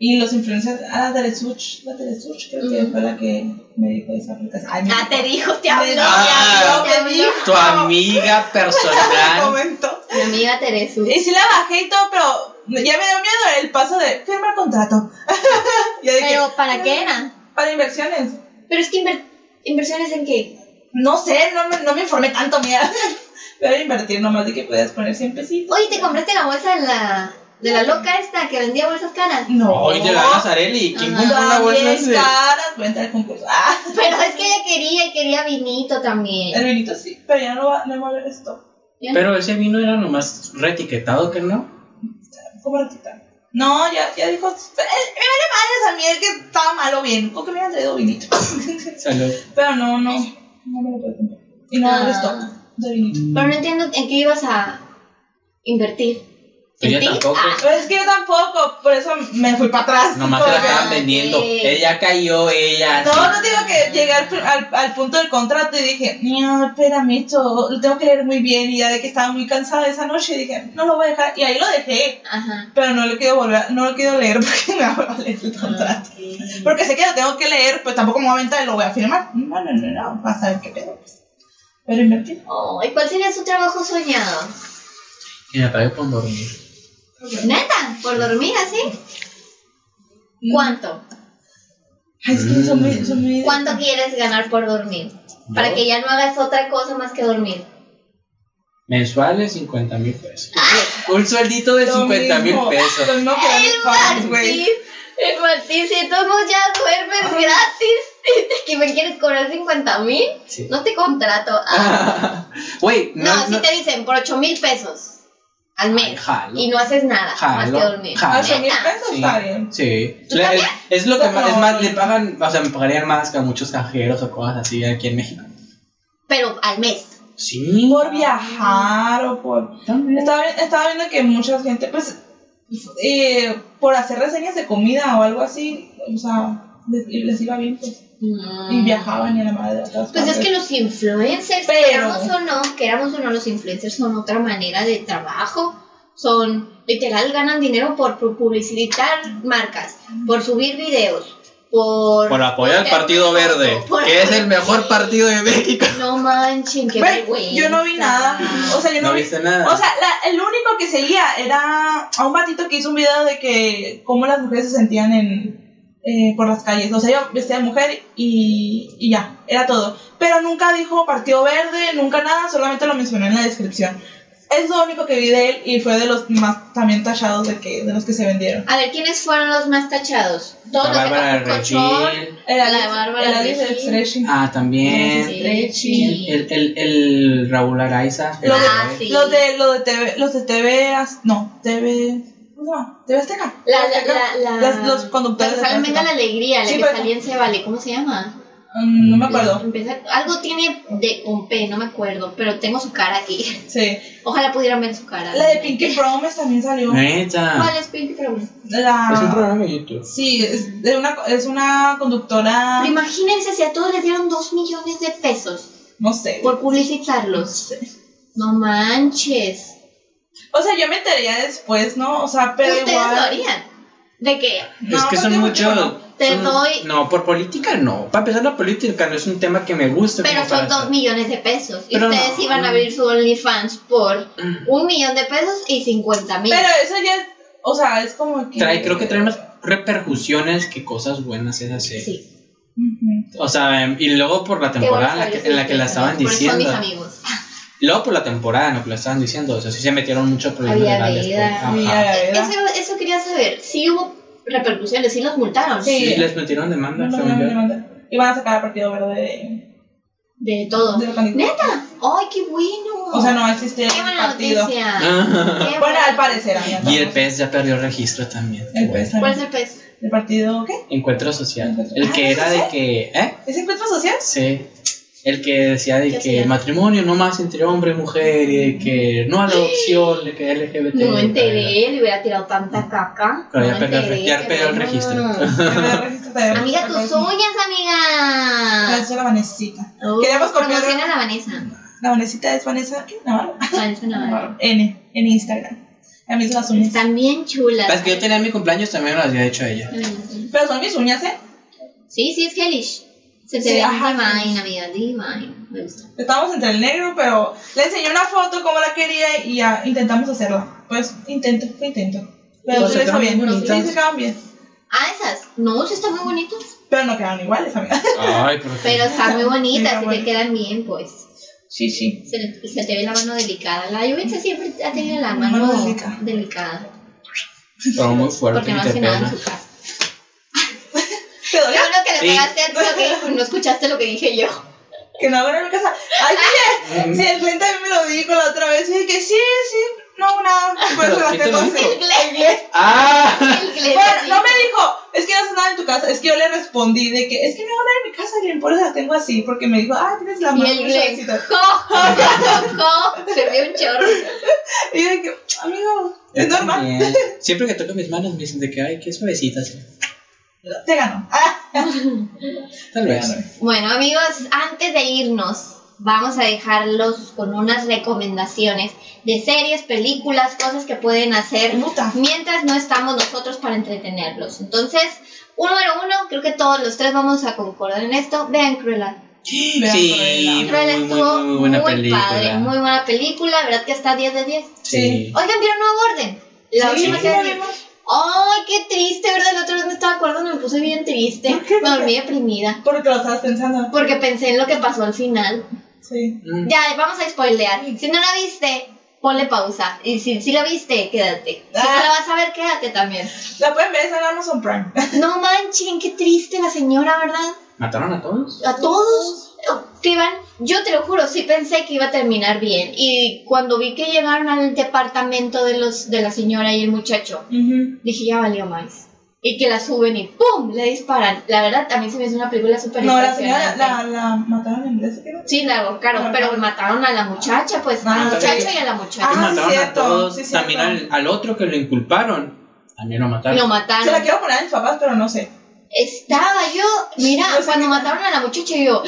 Speaker 4: Y los influencers. Ah, la Telesuch. La Telesuch creo que
Speaker 3: Ujú.
Speaker 4: fue la que me dijo esa aplicación. Ay, me
Speaker 3: Ah, te dijo, Mm. te habló.
Speaker 4: Me
Speaker 3: te
Speaker 4: dijo,
Speaker 5: Ah,
Speaker 3: habló, te
Speaker 4: me
Speaker 3: habló.
Speaker 4: dijo.
Speaker 5: Tu amiga personal.
Speaker 4: comentó.
Speaker 3: Mi amiga Teresu.
Speaker 4: Y sí la bajé y todo, pero ya me dio miedo el paso de firmar contrato. [laughs] Ya dije, "Ah,
Speaker 3: Pero, ¿para qué era?
Speaker 4: para inversiones.
Speaker 3: Pero es que inver- inversiones en qué?
Speaker 4: No sé, no me, no me informé [laughs] tanto, mira. Pero invertir nomás de que podías poner 100 pesitos.
Speaker 3: Oye, te compraste la bolsa de la, De la loca esta que vendía bolsas caras.
Speaker 4: [laughs] No. Ah,
Speaker 5: Hoy de la Nazarelli, ¿quién
Speaker 3: Ajá.
Speaker 5: compró una bolsa
Speaker 4: También
Speaker 5: de-
Speaker 4: caras, voy a entrar al concurso. Ah,
Speaker 3: Pero es que ella quería y quería vinito también.
Speaker 4: el vinito sí, pero ya no va, no va a haber esto.
Speaker 5: Pero ese vino era nomás reetiquetado que no.
Speaker 4: ¿Cómo lo quitan? No, ya, ya dijo. eh, Me vale madres a mí el que estaba malo bien. O que me hubieran traído vinito.
Speaker 5: Salud.
Speaker 4: pero no, no. No me lo puedo comprar. Y no va a haber esto de vinito.
Speaker 3: Pero no entiendo en qué ibas a invertir.
Speaker 5: Pues Yo ya
Speaker 3: ¿En ti?
Speaker 5: tampoco.
Speaker 4: Pero es que yo tampoco, por eso me fui para atrás.
Speaker 5: Nomás
Speaker 4: Porque-
Speaker 5: se la estaban vendiendo.
Speaker 3: ok.
Speaker 5: Ella cayó, ella.
Speaker 4: No, no tengo que llegar pr- al, al punto del contrato y dije, no, espérame, esto lo tengo que leer muy bien y ya de que estaba muy cansada esa noche dije, no lo voy a dejar y ahí lo dejé,
Speaker 3: Ah, Ajá.
Speaker 4: pero no lo quiero volver, no lo quiero leer [laughs] porque me va a volver a leer el contrato.
Speaker 3: Ah,
Speaker 4: Porque sé que lo tengo que leer, pues tampoco me voy a aventar y lo voy a firmar. No, no, no, no, vas a ver qué pedo. pues. Pero invertir.
Speaker 3: Oh, ¿y cuál sería su trabajo soñado?
Speaker 5: Y me pagué por dormir.
Speaker 3: Neta, por dormir así. ¿Cuánto?
Speaker 4: Ay, es que son muy, son muy...
Speaker 3: ¿Cuánto quieres ganar por dormir? Para
Speaker 5: Yo,
Speaker 3: que ya no hagas otra cosa más que dormir.
Speaker 5: Mensuales, 50 mil pesos. Un sueldito de
Speaker 4: Ah. Lo
Speaker 5: 50 mil
Speaker 4: mismo,
Speaker 5: pesos.
Speaker 4: Lo mismo que dan los fans, güey.
Speaker 3: Martín, el Martín, si tú no ya duermes gratis [laughs] y me quieres cobrar 50 mil,
Speaker 5: Sí.
Speaker 3: no te contrato. Ah.
Speaker 5: [laughs] Güey,
Speaker 3: No,
Speaker 5: no,
Speaker 3: si te dicen por 8 mil pesos al
Speaker 5: Ay,
Speaker 3: mes
Speaker 5: jalo.
Speaker 3: y no haces nada más
Speaker 5: Jalo,
Speaker 3: que dormir.
Speaker 5: jalo.
Speaker 4: Ocho mil
Speaker 3: Neta.
Speaker 4: pesos
Speaker 5: Sí.
Speaker 4: está bien.
Speaker 5: Sí.
Speaker 3: ¿Tú
Speaker 5: Le-
Speaker 3: también?
Speaker 5: es, es lo que
Speaker 4: No,
Speaker 5: más, es más,
Speaker 4: no,
Speaker 5: le
Speaker 4: no.
Speaker 5: pagan, o sea, me pagarían más que a muchos cajeros o cosas así aquí en México.
Speaker 3: Pero al mes.
Speaker 5: Sí.
Speaker 4: Por viajar o por... Estaba, vi- estaba viendo que mucha gente, pues, eh, por hacer reseñas de comida o algo así, o sea, les, les iba bien, pues, y viajaban y a la madre de todas
Speaker 3: Ah. Pues es
Speaker 4: partes.
Speaker 3: que los influencers,
Speaker 4: Pero-
Speaker 3: queramos o no, queramos o no, los influencers son otra manera de trabajo. Son, literal, ganan dinero por pu- publicitar marcas, por subir videos, por...
Speaker 5: Por apoyar al
Speaker 3: por-
Speaker 5: Partido Verde,
Speaker 3: por-
Speaker 5: que es el mejor partido de México.
Speaker 3: No manchen, qué
Speaker 4: Güey,
Speaker 3: vergüenza.
Speaker 4: yo no vi nada, o sea, yo no,
Speaker 5: No
Speaker 4: vi...
Speaker 5: viste
Speaker 3: Ah.
Speaker 5: nada.
Speaker 4: O sea, la- el único que seguía era a un batito que hizo un video de que cómo las mujeres se sentían en, eh, por las calles. O sea, yo vestía de mujer y, y ya, era todo. Pero nunca dijo partido verde, nunca nada, solamente lo mencionó en la descripción. Es lo único que vi de él y fue de los más también tachados de, que, de los que se vendieron.
Speaker 3: A ver, ¿quiénes fueron los más tachados? Todos
Speaker 5: La
Speaker 3: los
Speaker 5: Bárbara
Speaker 3: que cochón,
Speaker 5: Regil.
Speaker 4: Era
Speaker 3: La de Bárbara
Speaker 4: Era Alice
Speaker 3: Regil.
Speaker 4: Stretching.
Speaker 5: Ah, también.
Speaker 3: Sí.
Speaker 5: El, el, el Raúl Araiza. el
Speaker 4: Lo de-
Speaker 5: Raúl.
Speaker 3: sí.
Speaker 4: Los de, lo de TV, los de TV, Az- no, TV, no, TV Azteca.
Speaker 3: La,
Speaker 4: TV Azteca.
Speaker 3: la, la,
Speaker 4: Las- los conductores
Speaker 3: la
Speaker 4: de
Speaker 3: que sale en
Speaker 4: TV Azteca.
Speaker 3: Venga la Alegría, la
Speaker 4: Sí,
Speaker 3: que
Speaker 4: pero-
Speaker 3: salía en Se Vale, ¿cómo se llama?
Speaker 4: Mm, no me acuerdo.
Speaker 3: Empieza- algo tiene de con P, no me acuerdo, pero tengo su cara aquí. [laughs]
Speaker 4: Sí.
Speaker 3: Ojalá pudieran ver su cara. Ah.
Speaker 4: La de Pinky Promise también salió.
Speaker 5: Neta.
Speaker 3: ¿Cuál es Pinky Promise?
Speaker 4: La...
Speaker 5: Ah. Es un programa de YouTube.
Speaker 4: Sí, es de una, es una conductora.
Speaker 3: Pero imagínense si a todos les dieron 2 millones de pesos
Speaker 4: No sé.
Speaker 3: por publicitarlos. No manches.
Speaker 4: O sea, yo me enteré después, ¿no? O sea, pero
Speaker 3: Ustedes
Speaker 4: igual.
Speaker 3: lo harían. De que
Speaker 4: No,
Speaker 5: es que
Speaker 4: no
Speaker 5: son
Speaker 4: tengo
Speaker 5: muchos.
Speaker 4: tiempo,
Speaker 3: Te
Speaker 5: son-
Speaker 3: doy-
Speaker 5: No, por política no. Para empezar, la política no es un tema que me guste.
Speaker 3: Pero
Speaker 5: como para
Speaker 3: son dos
Speaker 5: hacer.
Speaker 3: millones de pesos. Y
Speaker 5: Pero
Speaker 3: ustedes
Speaker 5: no. Mm.
Speaker 3: iban a abrir su OnlyFans por un millón de pesos y 50 mil.
Speaker 4: Pero eso ya es. O sea, es como que.
Speaker 5: Trae, creo que trae más repercusiones que cosas buenas es así.
Speaker 3: Sí.
Speaker 4: Ujú.
Speaker 5: O sea, em, y luego por la
Speaker 3: Qué
Speaker 5: temporada en
Speaker 3: buenos
Speaker 5: la que,
Speaker 3: amigos
Speaker 5: en la que la
Speaker 3: ustedes,
Speaker 5: estaban
Speaker 3: por eso
Speaker 5: diciendo.
Speaker 3: Son mis amigos.
Speaker 5: Luego por la temporada en la que la estaban diciendo. O sea, sí se metieron muchos problemas
Speaker 3: Había
Speaker 5: legales. pues.
Speaker 3: veda,
Speaker 5: Ajá.
Speaker 4: Sí, a la verdad.
Speaker 3: Eso, eso quería saber. Si hubo repercusiones, si los multaron.
Speaker 4: Sí.
Speaker 5: Sí, les metieron
Speaker 4: No,
Speaker 5: demanda,
Speaker 4: no,
Speaker 5: según
Speaker 4: no,
Speaker 5: yo.
Speaker 4: no, no. Y van a sacar a partido verde de.
Speaker 3: De todo.
Speaker 4: de la candidatura.
Speaker 3: ¡Neta! ¡Ay, qué bueno!
Speaker 4: O sea, no existe
Speaker 3: ¡Qué
Speaker 4: un
Speaker 3: buena
Speaker 4: partido.
Speaker 3: noticia!
Speaker 5: Ah.
Speaker 3: Qué
Speaker 4: Bueno,
Speaker 3: buena-
Speaker 4: al parecer, amiga.
Speaker 5: Y el
Speaker 4: ¿no?
Speaker 5: pez ya perdió registro también.
Speaker 4: El PES
Speaker 3: ¿Cuál
Speaker 4: también.
Speaker 3: es el pez?
Speaker 4: ¿El partido qué?
Speaker 5: Encuentro social.
Speaker 4: Encuentro-
Speaker 5: El que
Speaker 4: Ah,
Speaker 5: era de
Speaker 4: ¿sí?
Speaker 5: que. ¿Eh?
Speaker 4: ¿Es encuentro
Speaker 5: [laughs]
Speaker 4: social?
Speaker 5: Sí. El que decía de que
Speaker 3: ¿Qué hacía?
Speaker 5: matrimonio no más entre hombre y mujer y de que no adopción, de que LGBT.
Speaker 3: No me
Speaker 5: Pero-
Speaker 3: enteré, le hubiera tirado tanta caca.
Speaker 5: Pero ya
Speaker 3: no me
Speaker 5: perdió el re-
Speaker 3: enteré,
Speaker 5: ya
Speaker 3: qué
Speaker 5: perdió el
Speaker 3: bueno.
Speaker 5: registro.
Speaker 3: [laughs] Amiga,
Speaker 4: Amiga,
Speaker 3: tus uñas, amiga.
Speaker 4: Gracias a Ah, la Vanesita.
Speaker 3: Uh,
Speaker 4: Queremos copiar-
Speaker 3: promociona a
Speaker 5: [laughs]
Speaker 3: la Vanessa.
Speaker 4: La Vanesita es Vanessa ¿qué? Navarro.
Speaker 3: Vanessa Navarro.
Speaker 4: Navarro. N, en Instagram. A mí son las uñas.
Speaker 3: Están bien chulas.
Speaker 5: Las Pues que yo tenía en mi cumpleaños también las había hecho ella.
Speaker 4: Pero son mis uñas, ¿eh?
Speaker 3: Sí, sí, es Hellish. Se te
Speaker 4: Sí,
Speaker 3: ve
Speaker 4: ajá,
Speaker 3: divine, amiga, divine. Me gusta.
Speaker 4: Estábamos entre el negro, pero le enseñé una foto como la quería y ya intentamos hacerla. Pues intento, fue intento.
Speaker 5: Pues
Speaker 4: Pero se
Speaker 5: se
Speaker 4: les
Speaker 5: quedaron
Speaker 4: bien.
Speaker 5: bonitas.
Speaker 4: Sí, se quedaron bien.
Speaker 3: Ah, esas. No, sí están muy bonitas.
Speaker 4: Pero no quedaron iguales, amiga. [laughs]
Speaker 5: Ay, por
Speaker 3: Pero están muy
Speaker 4: Sí,
Speaker 3: bonitas y te
Speaker 4: bueno.
Speaker 3: quedan bien, pues.
Speaker 4: Sí, sí.
Speaker 3: Se, se te ve la mano delicada. La Juventus siempre ha tenido la mano,
Speaker 4: Mano delicada.
Speaker 3: delicada.
Speaker 5: Estaba muy fuerte.
Speaker 3: porque no
Speaker 5: y te
Speaker 3: hace nada en
Speaker 5: pega.
Speaker 3: su casa.
Speaker 4: ¿Te
Speaker 3: Lo
Speaker 4: dolió?
Speaker 3: único que le
Speaker 5: Sí.
Speaker 3: pegaste a ti fue que no escuchaste lo que dije
Speaker 4: [laughs]
Speaker 3: yo.
Speaker 4: Que no hago nada en mi casa. Ay,
Speaker 5: Mm.
Speaker 4: sí, sí, el cliente a mí me lo dijo la otra vez. Y dije que sí, sí, no hago nada. Por eso
Speaker 5: Pero, ¿qué
Speaker 4: gasté
Speaker 5: te
Speaker 4: todo
Speaker 5: dijo?
Speaker 3: El Glebe.
Speaker 5: ¡Ah!
Speaker 3: El Glebe.
Speaker 4: Bueno, no me
Speaker 3: sí.
Speaker 4: dijo, es que no haces nada en tu casa. Es que yo le respondí de que es que no hago nada en mi casa, Glenn, por eso la tengo así. Porque me dijo, ah, tienes la mano
Speaker 3: Y el
Speaker 4: [laughs] muy
Speaker 3: Glen,
Speaker 4: suavecita.
Speaker 3: jo, jo, jo, jo, se rió un chorro.
Speaker 4: Y yo de que, amigo, es
Speaker 5: [laughs]
Speaker 4: normal.
Speaker 5: Bien. Siempre que toco mis manos me dicen de que, ay, qué suavecitas.
Speaker 4: Te ganó. Ah,
Speaker 5: Tal vez.
Speaker 3: Bueno, amigos, antes de irnos, vamos a dejarlos con unas recomendaciones de series, películas, cosas que pueden hacer
Speaker 4: puta.
Speaker 3: mientras no estamos nosotros para entretenerlos. Entonces, número uno, creo que todos los tres vamos a concordar en esto. Vean Cruella.
Speaker 5: Sí,
Speaker 4: Vean
Speaker 5: muy,
Speaker 3: Cruella
Speaker 5: muy,
Speaker 3: estuvo
Speaker 5: muy,
Speaker 3: muy,
Speaker 5: buena película.
Speaker 3: padre, muy buena película. La verdad que está 10 de 10.
Speaker 5: Sí.
Speaker 3: Oigan, ¿vieron Nuevo Orden? La
Speaker 4: Sí,
Speaker 3: última
Speaker 4: sí,
Speaker 3: que
Speaker 4: la
Speaker 3: vi.
Speaker 4: vimos.
Speaker 3: ¡Ay, qué triste, verdad! La otra vez me estaba acordando, me puse bien triste.
Speaker 4: ¿Por qué?
Speaker 3: Me dormí deprimida.
Speaker 4: Porque lo estabas pensando.
Speaker 3: Porque pensé en lo que pasó al final.
Speaker 4: Sí.
Speaker 5: Mm.
Speaker 3: Ya, vamos a spoilear. Si no la viste, ponle pausa. Y si, si la viste, quédate. Si no
Speaker 4: Ah.
Speaker 3: la vas a ver, quédate también.
Speaker 4: La pueden ver, está en Amazon Prime.
Speaker 3: No manchen, qué triste la señora, ¿verdad?
Speaker 5: ¿Mataron a todos?
Speaker 3: A todos. Que iban, yo te lo juro, sí pensé que iba a terminar bien. Y cuando vi que llegaron al departamento de los de la señora y el muchacho,
Speaker 4: Ujú.
Speaker 3: dije, ya valió más. Y que la suben y ¡pum! le disparan. La verdad, a mí se me hizo una película súper
Speaker 4: No, la señora
Speaker 3: impresionante.
Speaker 4: la, la mataron en inglés. ¿qué?
Speaker 3: Sí, la ahorcaron, pero mataron a la muchacha, pues.
Speaker 4: Ah,
Speaker 3: al muchacho
Speaker 4: sí.
Speaker 3: y a la muchacha.
Speaker 4: Ah, sí,
Speaker 5: mataron a
Speaker 4: cierto,
Speaker 5: todos.
Speaker 4: sí, cierto.
Speaker 5: También al, al otro que lo inculparon. También lo mataron.
Speaker 3: Lo
Speaker 4: Se la
Speaker 3: mataron.
Speaker 4: quiero poner a mis papás, pero no sé.
Speaker 3: Estaba yo, mira,
Speaker 4: No sé
Speaker 3: cuando
Speaker 4: qué-
Speaker 3: mataron a la muchacha, yo.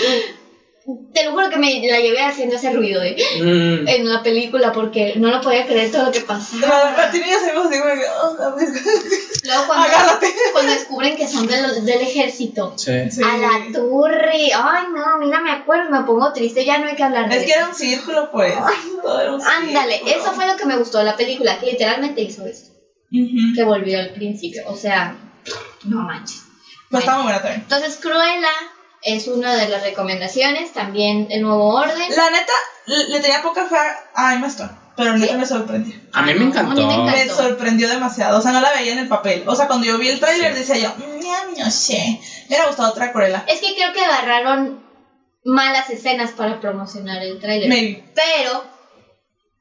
Speaker 3: Te lo juro que me la llevé haciendo ese ruido de,
Speaker 5: Mm.
Speaker 4: Eh,
Speaker 3: en una película porque no lo podía creer todo lo que pasó.
Speaker 4: La Martina y yo salimos así como que, oh, la verga.
Speaker 3: Luego cuando,
Speaker 4: agárrate.
Speaker 3: cuando descubren que son de los- del ejército.
Speaker 5: Sí.
Speaker 4: Sí.
Speaker 3: A la torre. Ay, no, mira, me acuerdo, me pongo triste, ya no hay que hablar de
Speaker 4: Es que
Speaker 3: eso.
Speaker 4: era un círculo, pues. Todo era un
Speaker 3: Ándale,
Speaker 4: círculo.
Speaker 3: eso fue lo que me gustó de la película, que literalmente hizo eso,
Speaker 4: Ujú.
Speaker 3: que volvió al principio, o sea, no manches.
Speaker 4: Pues
Speaker 3: Bueno.
Speaker 4: estaba muy buena también.
Speaker 3: Entonces, Cruella es una de las recomendaciones, también El Nuevo Orden.
Speaker 4: La neta, le le tenía poca fe a Emma Stone, pero neta me sorprendió.
Speaker 5: A mí me encantó.
Speaker 3: A mí me
Speaker 4: Me
Speaker 3: encantó.
Speaker 4: sorprendió demasiado, o sea, no la veía en el papel. O sea, cuando yo vi el tráiler
Speaker 5: Sí.
Speaker 4: decía yo, "Mm, no sé, me hubiera gustado otra Cruella.
Speaker 3: Es que creo que agarraron malas escenas para promocionar el tráiler.
Speaker 4: Maybe.
Speaker 3: Pero,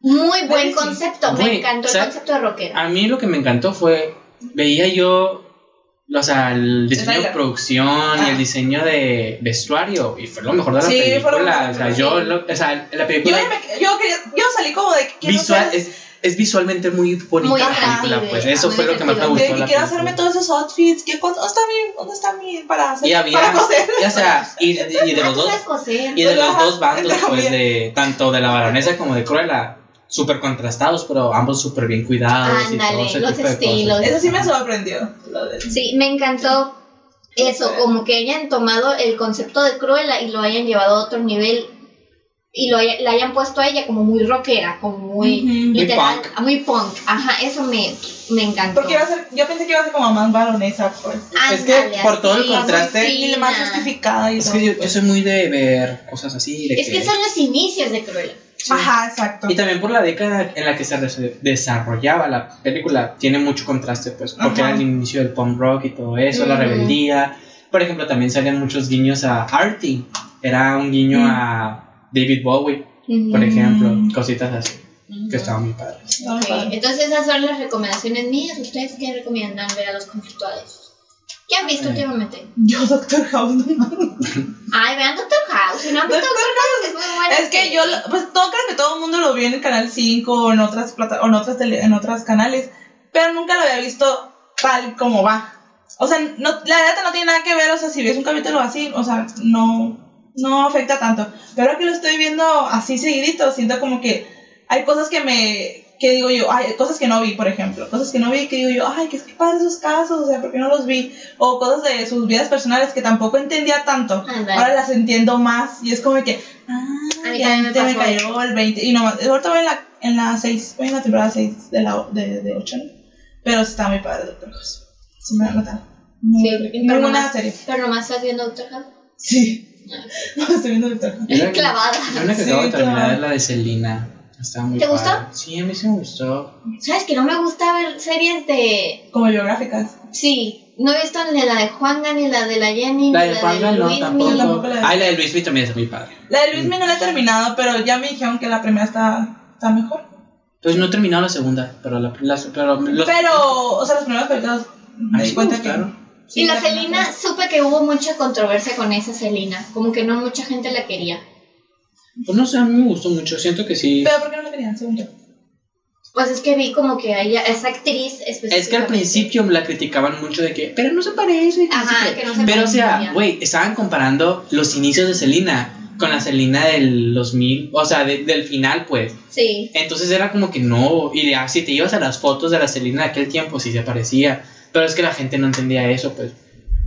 Speaker 3: muy buen
Speaker 4: Maybe sí.
Speaker 3: concepto.
Speaker 5: Muy,
Speaker 3: Me encantó el
Speaker 5: ¿sabes?
Speaker 3: concepto de rockera.
Speaker 5: A mí lo que me encantó fue, veía yo, o sea, el diseño de
Speaker 4: trailer.
Speaker 5: producción y
Speaker 4: Ah.
Speaker 5: el diseño de vestuario, y fue lo mejor de la
Speaker 4: Sí, fue lo
Speaker 5: película.
Speaker 4: mejor,
Speaker 5: O sea,
Speaker 4: sí.
Speaker 5: yo, lo- o sea, la
Speaker 4: Yo,
Speaker 5: película
Speaker 4: me- yo, quería, yo salí como de que quiero
Speaker 5: visual
Speaker 4: hacer-
Speaker 5: es, es visualmente muy bonita
Speaker 3: Muy
Speaker 5: la película,
Speaker 3: atractiva,
Speaker 5: pues eso
Speaker 3: muy
Speaker 5: fue lo que más me
Speaker 3: atractiva.
Speaker 5: gustó.
Speaker 4: de
Speaker 5: de
Speaker 4: que
Speaker 5: la
Speaker 4: Ah, quiero hacerme
Speaker 5: película.
Speaker 4: todos esos outfits. ¿Qué, cuándo- ¿Dónde está mi, dónde está mi para hacer,
Speaker 5: Y había,
Speaker 4: para coser?
Speaker 5: y, o sea, y, y de
Speaker 3: Ah,
Speaker 5: los
Speaker 3: tú
Speaker 5: dos,
Speaker 3: sabes coser.
Speaker 5: y de los
Speaker 4: Ajá,
Speaker 5: dos bandos, pues,
Speaker 4: también.
Speaker 5: de tanto de la baronesa como de Cruella, súper contrastados, pero ambos súper bien cuidados y todo
Speaker 3: Ándale,
Speaker 5: ese
Speaker 3: los
Speaker 5: tipo de
Speaker 3: estilos.
Speaker 5: cosas.
Speaker 4: Eso sí me sorprendió. Lo del-
Speaker 3: Sí, me encantó eso, como que hayan tomado el concepto de Cruella y lo hayan llevado a otro nivel y lo haya- la hayan puesto a ella como muy rockera, como muy
Speaker 4: Ujú. Muy
Speaker 3: literal,
Speaker 5: punk.
Speaker 3: ah, muy punk. Ajá, eso me, me encantó.
Speaker 4: Porque iba a ser, yo pensé que iba a ser como más baronesa, pues.
Speaker 5: Es que
Speaker 3: Ándale,
Speaker 5: por todo el
Speaker 3: así,
Speaker 5: contraste-
Speaker 3: más
Speaker 4: Y más
Speaker 3: fina.
Speaker 4: justificada y
Speaker 5: Es
Speaker 4: todo,
Speaker 5: que yo, yo
Speaker 4: pues.
Speaker 5: soy muy de ver cosas así. De
Speaker 3: Es que son los inicios de Cruella.
Speaker 4: Ajá, exacto.
Speaker 5: Y también por la década en la que se des- desarrollaba la película, tiene mucho contraste, pues, porque
Speaker 4: Ajá.
Speaker 5: era el inicio del punk rock y todo eso, la
Speaker 3: Ujú.
Speaker 5: rebeldía. Por ejemplo, también salían muchos guiños a Artie, era un guiño
Speaker 4: Mm.
Speaker 5: a David Bowie, por
Speaker 3: Ujú.
Speaker 5: ejemplo, cositas así, que
Speaker 3: Ujú.
Speaker 5: estaban muy padres.
Speaker 4: Estaba
Speaker 3: Ok,
Speaker 4: padre.
Speaker 3: Entonces esas son las recomendaciones mías. ¿Ustedes qué recomiendan ver a los conflictuales? ¿Qué han visto
Speaker 5: Eh.
Speaker 3: últimamente?
Speaker 4: Yo, Doctor House, no mames.
Speaker 3: Ay, vean Doctor House. Si no han visto
Speaker 4: Doctor
Speaker 3: Doctor House, es muy buena.
Speaker 4: Es que yo,
Speaker 3: serie.
Speaker 4: lo- pues todo, creo que todo el mundo lo vio en el canal 5 o en otras, plata, o en otras, tele- en otras canales, pero nunca lo había visto tal como va. O sea, no, la verdad no tiene nada que ver, o sea, si ves un capítulo así, o sea, no, no afecta tanto. Pero ahora que lo estoy viendo así seguidito, siento como que hay cosas que me, que digo yo, hay cosas que no vi, por ejemplo, cosas que no vi que digo yo, ay, que es que padre esos casos, o sea, ¿por qué no los vi? O cosas de sus vidas personales que tampoco entendía tanto.
Speaker 3: Ándale.
Speaker 4: Ahora las entiendo más y es como que, ah,
Speaker 3: A mí
Speaker 4: ya
Speaker 3: también me
Speaker 4: te me
Speaker 3: pasó.
Speaker 4: cayó el 20. Y nomás, ahorita voy en la, en la 6, voy en la temporada 6 de, la, de, de 8, ¿no? Pero sí está muy padre Doctor House. Sí me va a matar. Muy,
Speaker 3: Sí,
Speaker 4: muy
Speaker 3: pero
Speaker 4: buena
Speaker 3: nomás-
Speaker 4: serie. [laughs]
Speaker 3: Pero nomás estás viendo Doctor House.
Speaker 4: Sí. [laughs] No, estoy viendo Doctor House.
Speaker 5: Yo la que-
Speaker 3: Clavada.
Speaker 5: yo la que
Speaker 4: Sí,
Speaker 5: acabo de terminar
Speaker 4: clavada.
Speaker 5: es la de Selena. Estaba muy
Speaker 3: ¿Te gustó?
Speaker 5: padre. Sí, a mí sí me gustó.
Speaker 3: ¿Sabes que no me gusta ver series de...
Speaker 4: Como biográficas.
Speaker 3: Sí, no he visto ni la de Juanga, ni la de la Jenny,
Speaker 5: La
Speaker 3: ni
Speaker 5: de Juanga no,
Speaker 3: Luismi.
Speaker 5: tampoco.
Speaker 4: tampoco la de-
Speaker 5: Ay, la de Luis Mi también es muy padre.
Speaker 4: La de Luis no la he terminado, pero ya me dijeron que la primera está, está mejor.
Speaker 5: Pues no he terminado la segunda, pero la, las- pero, los-
Speaker 4: Mm, Pero, o sea, las primeras películas
Speaker 5: A
Speaker 4: me
Speaker 5: mí
Speaker 4: di
Speaker 5: sí
Speaker 4: cuenta
Speaker 5: me
Speaker 4: que.
Speaker 5: gustaron.
Speaker 4: sí,
Speaker 3: Y la
Speaker 4: primera
Speaker 3: Celina, supe que hubo mucha controversia con esa Celina, como que no mucha gente la quería.
Speaker 5: Pues no sé, a mí me gustó mucho. Siento que sí.
Speaker 4: Pero ¿por qué no la querían, según yo?
Speaker 3: Pues es que vi como que a ella, a esa actriz específicamente.
Speaker 5: Es que al principio la criticaban mucho de que, pero no se parece. que no
Speaker 3: Ajá,
Speaker 5: sé qué".
Speaker 3: que no se
Speaker 5: pero o
Speaker 3: parece a
Speaker 5: sea,
Speaker 3: ella.
Speaker 5: güey, estaban comparando los inicios de Selena con la Selena del 2000, o sea, de- del final, pues.
Speaker 3: Sí.
Speaker 5: Entonces era como que no, y ya, si te ibas a las fotos de la Selena de aquel tiempo, sí se parecía, pero es que la gente no entendía eso, pues.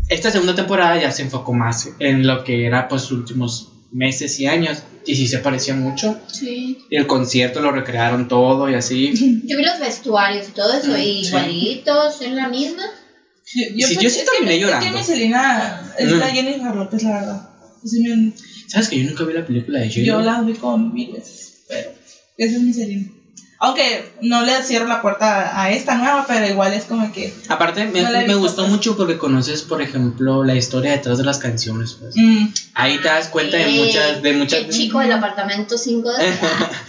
Speaker 5: Esta segunda temporada ya se enfocó más en lo que era, pues, sus últimos meses y años, y sí se parecía mucho.
Speaker 3: Sí.
Speaker 5: El concierto lo recrearon todo y así.
Speaker 3: Yo vi los vestuarios y todo eso,
Speaker 5: Mm,
Speaker 3: y
Speaker 5: sí.
Speaker 3: igualitos, es la misma.
Speaker 4: Yo,
Speaker 5: Sí,
Speaker 4: pues,
Speaker 5: yo sí
Speaker 4: es que
Speaker 5: terminé
Speaker 4: mi-
Speaker 5: llorando.
Speaker 4: Es que mi Selena es
Speaker 5: Mm.
Speaker 4: la Jennifer López, la verdad. Sí, me-
Speaker 5: ¿Sabes que yo nunca vi la película de
Speaker 4: yo
Speaker 5: J-Lo?
Speaker 4: la vi con mil veces, pero esa es mi Selena. Aunque no le cierro la puerta a- a esta nueva, pero igual es como que.
Speaker 5: Aparte, me,
Speaker 4: No la he
Speaker 5: me
Speaker 4: visto,
Speaker 5: gustó
Speaker 4: pues.
Speaker 5: mucho porque conoces, por ejemplo, la historia detrás de las canciones, pues.
Speaker 4: mm,
Speaker 5: Ahí te das cuenta de
Speaker 3: Ey,
Speaker 5: muchas, Eh. de
Speaker 3: El
Speaker 5: muchas...
Speaker 3: chico del apartamento 5 de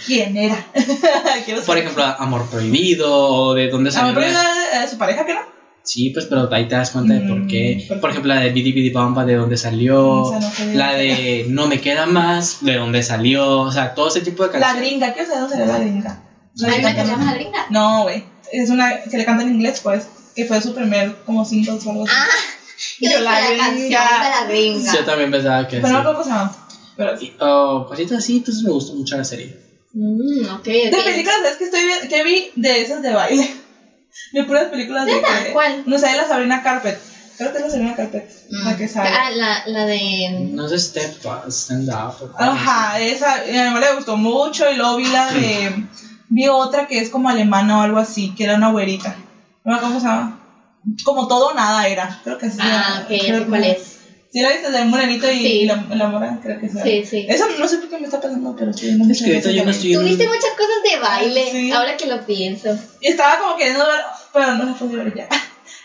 Speaker 4: ¿Quién era? [laughs] Quiero
Speaker 5: [laughs]
Speaker 4: saber.
Speaker 5: Por ejemplo, Amor Prohibido, o de dónde
Speaker 4: A
Speaker 5: salió...
Speaker 4: mi prima
Speaker 5: la-
Speaker 4: era, eh, su pareja, que no?
Speaker 5: Sí, pues, pero ahí te das cuenta de por
Speaker 4: Mm,
Speaker 5: qué.
Speaker 4: ¿por
Speaker 5: Por
Speaker 4: qué? Mm,
Speaker 5: ejemplo, la de Bidi Bidi Bamba, de dónde salió.
Speaker 4: Esa no sé.
Speaker 5: La de No Me Queda Más, de dónde salió. O sea, todo ese tipo de
Speaker 4: La
Speaker 5: canciones.
Speaker 4: gringa, quiero saber dónde salió la gringa.
Speaker 3: Hay una que
Speaker 4: canta-
Speaker 3: se llama la gringa.
Speaker 4: No, güey. Es una que le canta en inglés, pues. Que fue su primer, como cinco o algo así.
Speaker 3: Ah, yo dije la, canción de la gringa.
Speaker 5: Yo también pensaba que
Speaker 4: Pero no me
Speaker 5: así.
Speaker 4: acuerdo cómo se llama. Pero sí.
Speaker 5: Y, oh, cositas así, entonces me gustó mucho la serie.
Speaker 3: Mm, ok,
Speaker 4: De
Speaker 3: ok.
Speaker 4: películas, es que estoy vi- que vi de esas de baile. De puras películas de
Speaker 3: ¿Neta?
Speaker 4: que-
Speaker 3: ¿Cuál?
Speaker 4: No sé, la Sabrina Carpet. Creo que es la Sabrina Carpet.
Speaker 3: Mm.
Speaker 4: La que sale.
Speaker 3: Ah, la, la de...
Speaker 5: No sé, Step Up, Stand Up. o algo así.
Speaker 4: Ajá, esa. Y a mi mamá le gustó mucho. Y luego vi la de. Vi otra que es como alemana o algo así, que era una güerita. No me acuerdo cómo se llama. Como todo o nada era. Creo que así se
Speaker 3: Ah,
Speaker 4: llama.
Speaker 3: ok, ya
Speaker 4: Creo
Speaker 3: sé
Speaker 4: que-
Speaker 3: cuál es.
Speaker 4: Sí, la viste de un morenito y,
Speaker 3: Sí.
Speaker 4: y la, la mora, creo que es.
Speaker 3: Sí, sí.
Speaker 4: Eso no sé por qué me está pasando, pero sí. No me
Speaker 5: Es que ahorita yo no estoy en-
Speaker 3: Tuviste muchas cosas de baile,
Speaker 4: Sí.
Speaker 3: ahora que lo pienso.
Speaker 4: Y estaba como queriendo ver, pero no la pude ver ya.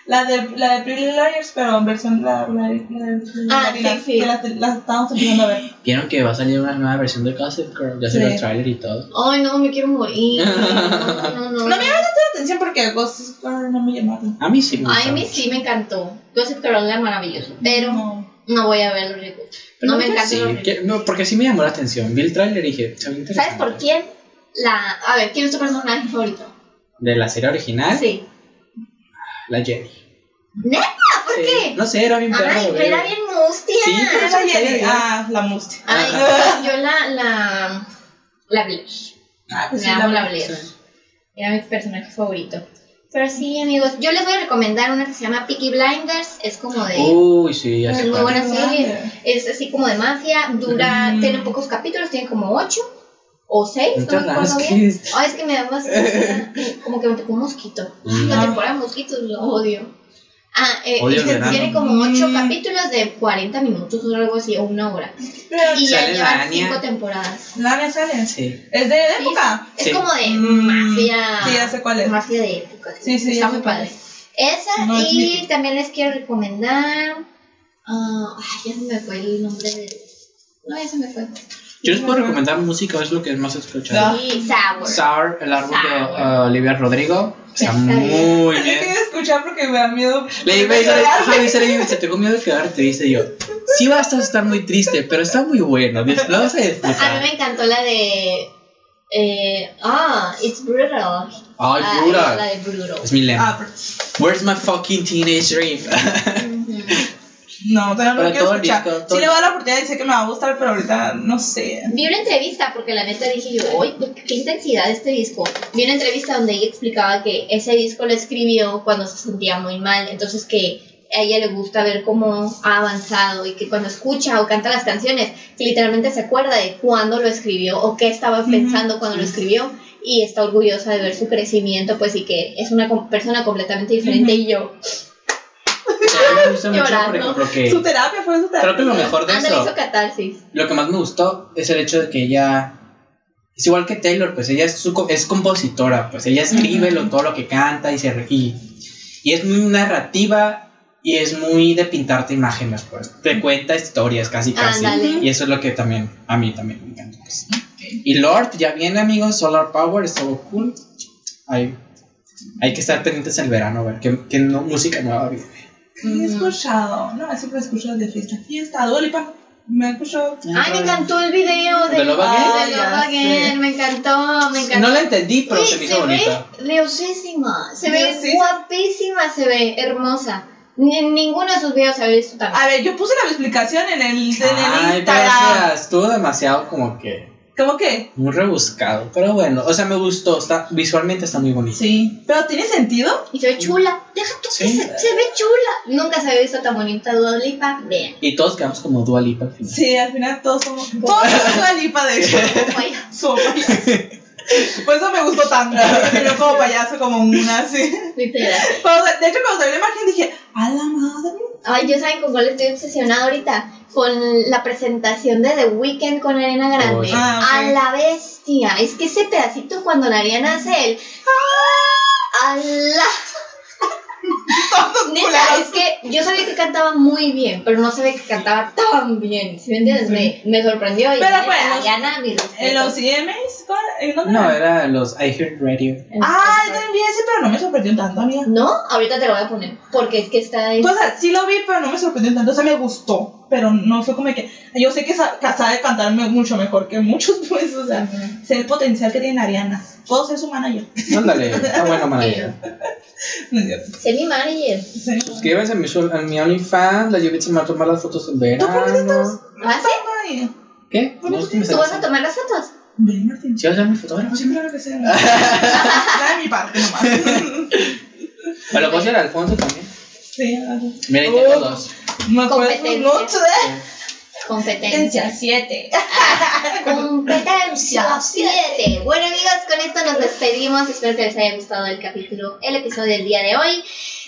Speaker 4: La de, la de Pretty Liars, pero en versión la, la, la, la-
Speaker 3: Ah,
Speaker 4: latina,
Speaker 3: sí, sí.
Speaker 4: que la, la estábamos empezando a ver.
Speaker 5: Vieron que va a salir una nueva versión de Gossip Girl. Ya se
Speaker 4: Sí.
Speaker 5: el trailer y todo.
Speaker 3: Ay, no, me
Speaker 5: [laughs]
Speaker 3: quiero morir. No, no, no.
Speaker 4: No me llamó tanto la atención porque Ghost Girl no me llamó tanto.
Speaker 5: A mí sí me
Speaker 3: Ay,
Speaker 5: gustó.
Speaker 3: a mí sí me encantó. Gossip Girl era maravilloso, pero
Speaker 4: No.
Speaker 3: no voy a ver los ricos.
Speaker 5: Pero
Speaker 3: No me
Speaker 5: yo
Speaker 3: encantan
Speaker 5: sí,
Speaker 3: los ricos.
Speaker 5: que- no, porque sí me llamó la atención. Vi el trailer y dije, se ve
Speaker 3: ¿Sabes
Speaker 5: interesante.
Speaker 3: por quién? La... A ver, ¿quién es tu personaje favorito?
Speaker 5: De la serie original,
Speaker 3: Sí.
Speaker 5: la Jenny.
Speaker 3: ¿Neta? ¿Por
Speaker 5: Sí,
Speaker 3: qué?
Speaker 5: No sé, era bien perro.
Speaker 3: Ay,
Speaker 5: güey.
Speaker 3: era bien mustia.
Speaker 5: Sí, pero-
Speaker 4: Esa
Speaker 5: Esa
Speaker 4: Jenny,
Speaker 5: Jenny.
Speaker 4: ah, la mustia.
Speaker 3: Ay,
Speaker 5: Ajá.
Speaker 3: yo la... La, la Blair.
Speaker 4: Ah,
Speaker 3: Me
Speaker 4: pues sí,
Speaker 3: amo la
Speaker 4: la
Speaker 3: Blair. Era mi personaje favorito. Pero sí, amigos, yo les voy a recomendar una que se llama Peaky Blinders. Es como de...
Speaker 5: Uy, sí, ya
Speaker 3: Es
Speaker 5: sé
Speaker 3: muy
Speaker 5: cuál.
Speaker 3: buena serie.
Speaker 4: Blinders.
Speaker 3: Es así como de mafia. Dura,
Speaker 4: Mm.
Speaker 3: tiene pocos capítulos, tiene como ocho o seis. No
Speaker 5: Muchas
Speaker 3: me acuerdo
Speaker 5: raras
Speaker 3: bien.
Speaker 5: que es.
Speaker 3: Ay, es que me da más. como que me tocó un mosquito.
Speaker 5: Mm.
Speaker 3: La temporada de mosquitos lo odio. Ah, eh, [laughs]
Speaker 5: Odio el
Speaker 3: y
Speaker 5: verano.
Speaker 3: tiene como ocho
Speaker 4: Mm.
Speaker 3: capítulos de 40 minutos o algo así, o una hora.
Speaker 4: Pero,
Speaker 3: Y ya
Speaker 5: Sale
Speaker 3: llevan
Speaker 5: Dania.
Speaker 3: cinco temporadas.
Speaker 4: la me sale.
Speaker 5: Sí.
Speaker 4: Es de, de
Speaker 3: Sí,
Speaker 4: época.
Speaker 3: Es
Speaker 5: Sí.
Speaker 3: como de
Speaker 4: Mm.
Speaker 3: mafia.
Speaker 4: Sí, ya sé cuál es.
Speaker 3: Mafia de época.
Speaker 4: Sí, sí,
Speaker 3: Está
Speaker 4: ya
Speaker 3: muy
Speaker 4: sé cuál
Speaker 3: padre.
Speaker 4: es.
Speaker 3: Esa,
Speaker 4: No, es
Speaker 3: y
Speaker 4: mítica.
Speaker 3: también les quiero recomendar. ah, ay, ya se me fue el nombre de. No, ya se me fue.
Speaker 5: Yo les puedo recomendar música, es lo que es más escuchado.
Speaker 3: Sí, Sour.
Speaker 5: Sour, el álbum de
Speaker 3: Sour.
Speaker 5: uh, Olivia Rodrigo. Está
Speaker 3: Está
Speaker 5: muy
Speaker 3: [laughs]
Speaker 4: Yo
Speaker 5: bien.
Speaker 4: quería escuchar porque me da miedo.
Speaker 5: Le iba a decir, ajá, dice, le digo, se tengo miedo de quedarte, dice yo. Sí vas a estar muy triste, pero está muy bueno. dice, Lo vas a
Speaker 3: A mí
Speaker 5: disfrutar.
Speaker 3: me encantó la de. eh, ah, It's Brutal.
Speaker 5: Ay,
Speaker 3: Ah,
Speaker 5: brutal.
Speaker 3: La de Brutal.
Speaker 5: Es mi lema.
Speaker 4: Ah, pero-
Speaker 5: Where's my fucking teenage dream?
Speaker 3: Ujú.
Speaker 5: [laughs]
Speaker 4: No, todavía no
Speaker 5: Pero
Speaker 4: lo quiero
Speaker 5: todo el
Speaker 4: escuchar.
Speaker 5: disco, todo
Speaker 4: sí le
Speaker 5: el-
Speaker 4: voy a dar la oportunidad y sé que me va a gustar, pero ahorita no sé.
Speaker 3: Vi una entrevista, porque la neta dije yo, uy, qué intensidad este disco. Vi una entrevista donde ella explicaba que ese disco lo escribió cuando se sentía muy mal, entonces que a ella le gusta ver cómo ha avanzado y que cuando escucha o canta las canciones, que literalmente se acuerda de cuándo lo escribió o qué estaba pensando cuando lo escribió y está orgullosa de ver su crecimiento, pues y que es una com- persona completamente diferente y yo.
Speaker 5: A mí me gusta mucho, por
Speaker 3: Llorando.
Speaker 5: ejemplo,
Speaker 4: Su
Speaker 5: que
Speaker 4: terapia fue su terapia.
Speaker 5: creo que lo mejor de
Speaker 3: Ándale,
Speaker 5: eso,
Speaker 3: hizo catarsis.
Speaker 5: lo que más me gustó es el hecho de que ella Es igual que Taylor, pues ella es, su co- es compositora, pues ella escribe lo- todo lo que canta y, se, re- y, y es muy narrativa y es muy de pintarte imágenes, pues te cuenta historias casi casi.
Speaker 3: Ándale.
Speaker 5: Y eso es lo que también, a mí también me encanta. pues.
Speaker 4: Ok.
Speaker 5: Y Lord, ya viene amigos, Solar Power, estuvo cool. Hay, hay que estar pendientes el verano, a ver qué, qué no- música nueva viene.
Speaker 4: ¿Qué he escuchado? No, siempre he escuchado de fiesta. Fiesta, Dualipa. Me he escuchado.
Speaker 3: Ay, me encantó el video de,
Speaker 5: De Love Again.
Speaker 3: de Love
Speaker 4: Ah, ya
Speaker 3: Again,
Speaker 4: sé.
Speaker 3: Me encantó, me encantó.
Speaker 5: No la entendí, pero
Speaker 3: Uy,
Speaker 5: se me hizo
Speaker 3: ve
Speaker 5: bonita.
Speaker 3: Leosísima, se ve
Speaker 4: Leosísima.
Speaker 3: guapísima, se ve hermosa. Ni en ninguno de sus videos se había visto tan
Speaker 4: A ver, yo puse la explicación en el, en
Speaker 5: Ay,
Speaker 4: el
Speaker 5: pero, o
Speaker 4: Instagram.
Speaker 5: sea, estuvo demasiado como que
Speaker 4: ¿Cómo que?
Speaker 5: muy rebuscado. Pero bueno, o sea, me gustó. Está, visualmente está muy bonito.
Speaker 4: Sí. ¿Pero tiene sentido?
Speaker 3: Y se ve chula. Deja tú que
Speaker 5: Sí.
Speaker 3: se, se ve chula. Nunca se había visto tan bonita Dua Lipa.
Speaker 5: [laughs]
Speaker 3: Vean.
Speaker 5: Y todos quedamos como Dua Lipa al final.
Speaker 4: Sí, al final todos somos. Todos somos Dualipa, de hecho.
Speaker 3: Vaya.
Speaker 4: [laughs] Somos. Por eso me gustó tanto. Y yo como payaso, como una así.
Speaker 3: Literal.
Speaker 4: Cuando se- de hecho, cuando salió la imagen dije, a la madre.
Speaker 3: Ay, yo saben con cuál estoy obsesionada ahorita. Con la presentación de The Weeknd con Ariana Grande.
Speaker 5: Uy.
Speaker 4: Ah, ok.
Speaker 3: A la bestia. Es que ese pedacito cuando la Ariana hace el. A la. [laughs] Neta, es que yo sabía que cantaba muy bien, pero no sabía que cantaba tan bien. ¿Sí me entiendes? Me, me sorprendió. Y
Speaker 4: Pero
Speaker 3: neta,
Speaker 4: pues, bueno, los-
Speaker 3: Ariana, mi
Speaker 4: En
Speaker 3: respeto.
Speaker 4: los IMAs, ¿cuál? ¿En dónde
Speaker 5: No,
Speaker 4: era?
Speaker 5: era los I Heard Radio.
Speaker 4: Ah, yo también vi ese, pero no me sorprendió tanto, amiga.
Speaker 3: pues, No, ahorita te lo voy a poner. Porque es que está ahí.
Speaker 4: O sea, Pues, sí lo vi, pero no me sorprendió tanto. O sea, me gustó, pero no fue como que. Yo sé que sa- que sabe cantarme mucho mejor que muchos, [laughs] pues, o sea, sé el potencial que tiene Ariana. Puedo ser su manager.
Speaker 5: Ándale, está bueno, maravilla.
Speaker 4: No es cierto.
Speaker 3: Sé mi manager.
Speaker 4: Sí.
Speaker 5: Suscríbanse a mi, sol- a mi OnlyFans. La Yubit se me va a tomar las fotos en verano.
Speaker 3: ¿Ah, sí?
Speaker 4: Ay,
Speaker 5: ¿Qué?
Speaker 4: ¿Tú
Speaker 5: No, es que me
Speaker 3: ¿Tú vas a
Speaker 5: sale-
Speaker 3: tomar las fotos?
Speaker 4: Ven, Martín.
Speaker 5: Sí, o sea, mi fotógrafo siempre.
Speaker 4: Siempre lo que [laughs] sea. Da de mi parte nomás.
Speaker 5: O lo puedo hacer Alfonso también.
Speaker 4: Sí, ajá.
Speaker 5: Mira, ahí
Speaker 4: Oh.
Speaker 5: tengo dos.
Speaker 4: me acuerdo
Speaker 3: Competencia.
Speaker 4: mucho
Speaker 3: Competencia.
Speaker 4: 7.
Speaker 3: Competencia 7. Bueno amigos, con esto nos despedimos. Espero que les haya gustado el capítulo, el episodio del día de hoy.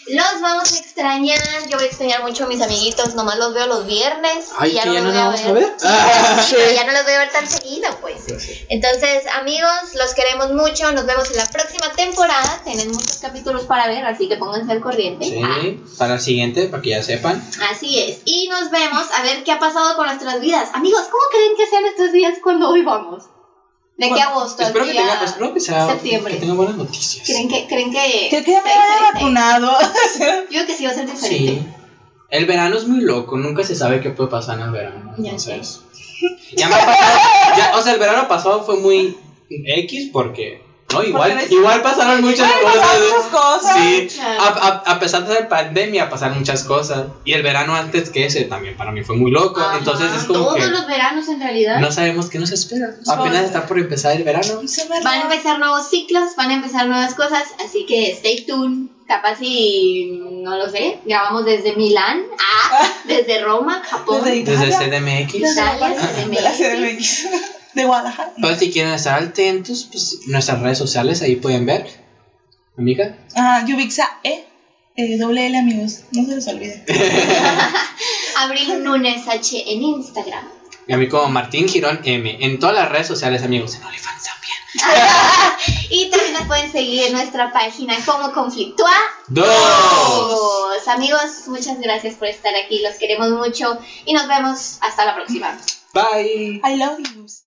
Speaker 3: Los vamos a extrañar. Yo voy a extrañar mucho a mis amiguitos. Nomás los veo los viernes.
Speaker 5: Ay, que ya
Speaker 3: los
Speaker 5: no
Speaker 3: voy
Speaker 5: la vamos a ver. Ah.
Speaker 3: [laughs] Sí, ya no los voy a ver tan seguido, pues. Entonces, amigos, los queremos mucho. Nos vemos en la próxima temporada. Tienen muchos capítulos para ver, así que pónganse al corriente. Ah,
Speaker 5: Sí, para el siguiente, para que ya sepan.
Speaker 3: así es. Y nos vemos a ver qué ha pasado con nuestras vidas. Amigos, ¿cómo creen que sean estos días cuando hoy vamos? ¿De qué
Speaker 4: Bueno,
Speaker 3: agosto? al
Speaker 5: Espero que,
Speaker 3: día-
Speaker 5: tenga, espero que sea.
Speaker 3: septiembre.
Speaker 5: Que tenga buenas noticias.
Speaker 3: ¿Creen que, creen que,
Speaker 4: Que ya me
Speaker 3: seis,
Speaker 4: haya
Speaker 3: seis,
Speaker 4: vacunado. [laughs]
Speaker 3: seis? Yo creo que sí va a ser diferente.
Speaker 5: Sí. El verano es muy loco, nunca se sabe qué puede pasar en el verano.
Speaker 3: Ya
Speaker 5: Entonces. Ya me ha pasado- ya, o sea, el verano pasado fue muy X porque. No, igual,
Speaker 4: no es-
Speaker 5: igual pasaron muchas
Speaker 4: Ay,
Speaker 5: cosas.
Speaker 4: pasaron muchas cosas.
Speaker 5: Sí.
Speaker 3: Claro.
Speaker 5: A, a- a pesar de la pandemia, pasaron muchas cosas. Y el verano antes que ese también para mí fue muy loco.
Speaker 3: Ajá.
Speaker 5: Entonces es como
Speaker 3: Ah, Todos
Speaker 5: que.
Speaker 3: los veranos en realidad.
Speaker 5: No sabemos qué nos espera. Apenas
Speaker 4: Ay.
Speaker 5: está por empezar el verano.
Speaker 3: Van a empezar nuevos ciclos, van a empezar nuevas cosas, así que stay tuned. Capaz si, no lo sé, grabamos desde Milán, [laughs] ah, desde Roma, Japón,
Speaker 4: Desde-
Speaker 5: Desde el
Speaker 4: Ajá.
Speaker 5: CDMX.
Speaker 3: Italia,
Speaker 4: De la
Speaker 3: CDMX.
Speaker 4: CDMX. De Guadalajara.
Speaker 5: Pues si quieren estar atentos, pues nuestras redes sociales ahí pueden ver. Amiga.
Speaker 4: Ah, Yubixa E. eh, doble L, amigos. No se les olvide.
Speaker 3: Abril Nunes H en Instagram.
Speaker 5: Y a mí como Martín Girón M. En todas las redes sociales, amigos. En OnlyFans también.
Speaker 3: Y también nos pueden seguir en nuestra página como Conflictua.
Speaker 5: ¡Dos!
Speaker 3: Dos. Amigos, muchas gracias por estar aquí, los queremos mucho y nos vemos hasta la próxima.
Speaker 5: Bye.
Speaker 4: I love you.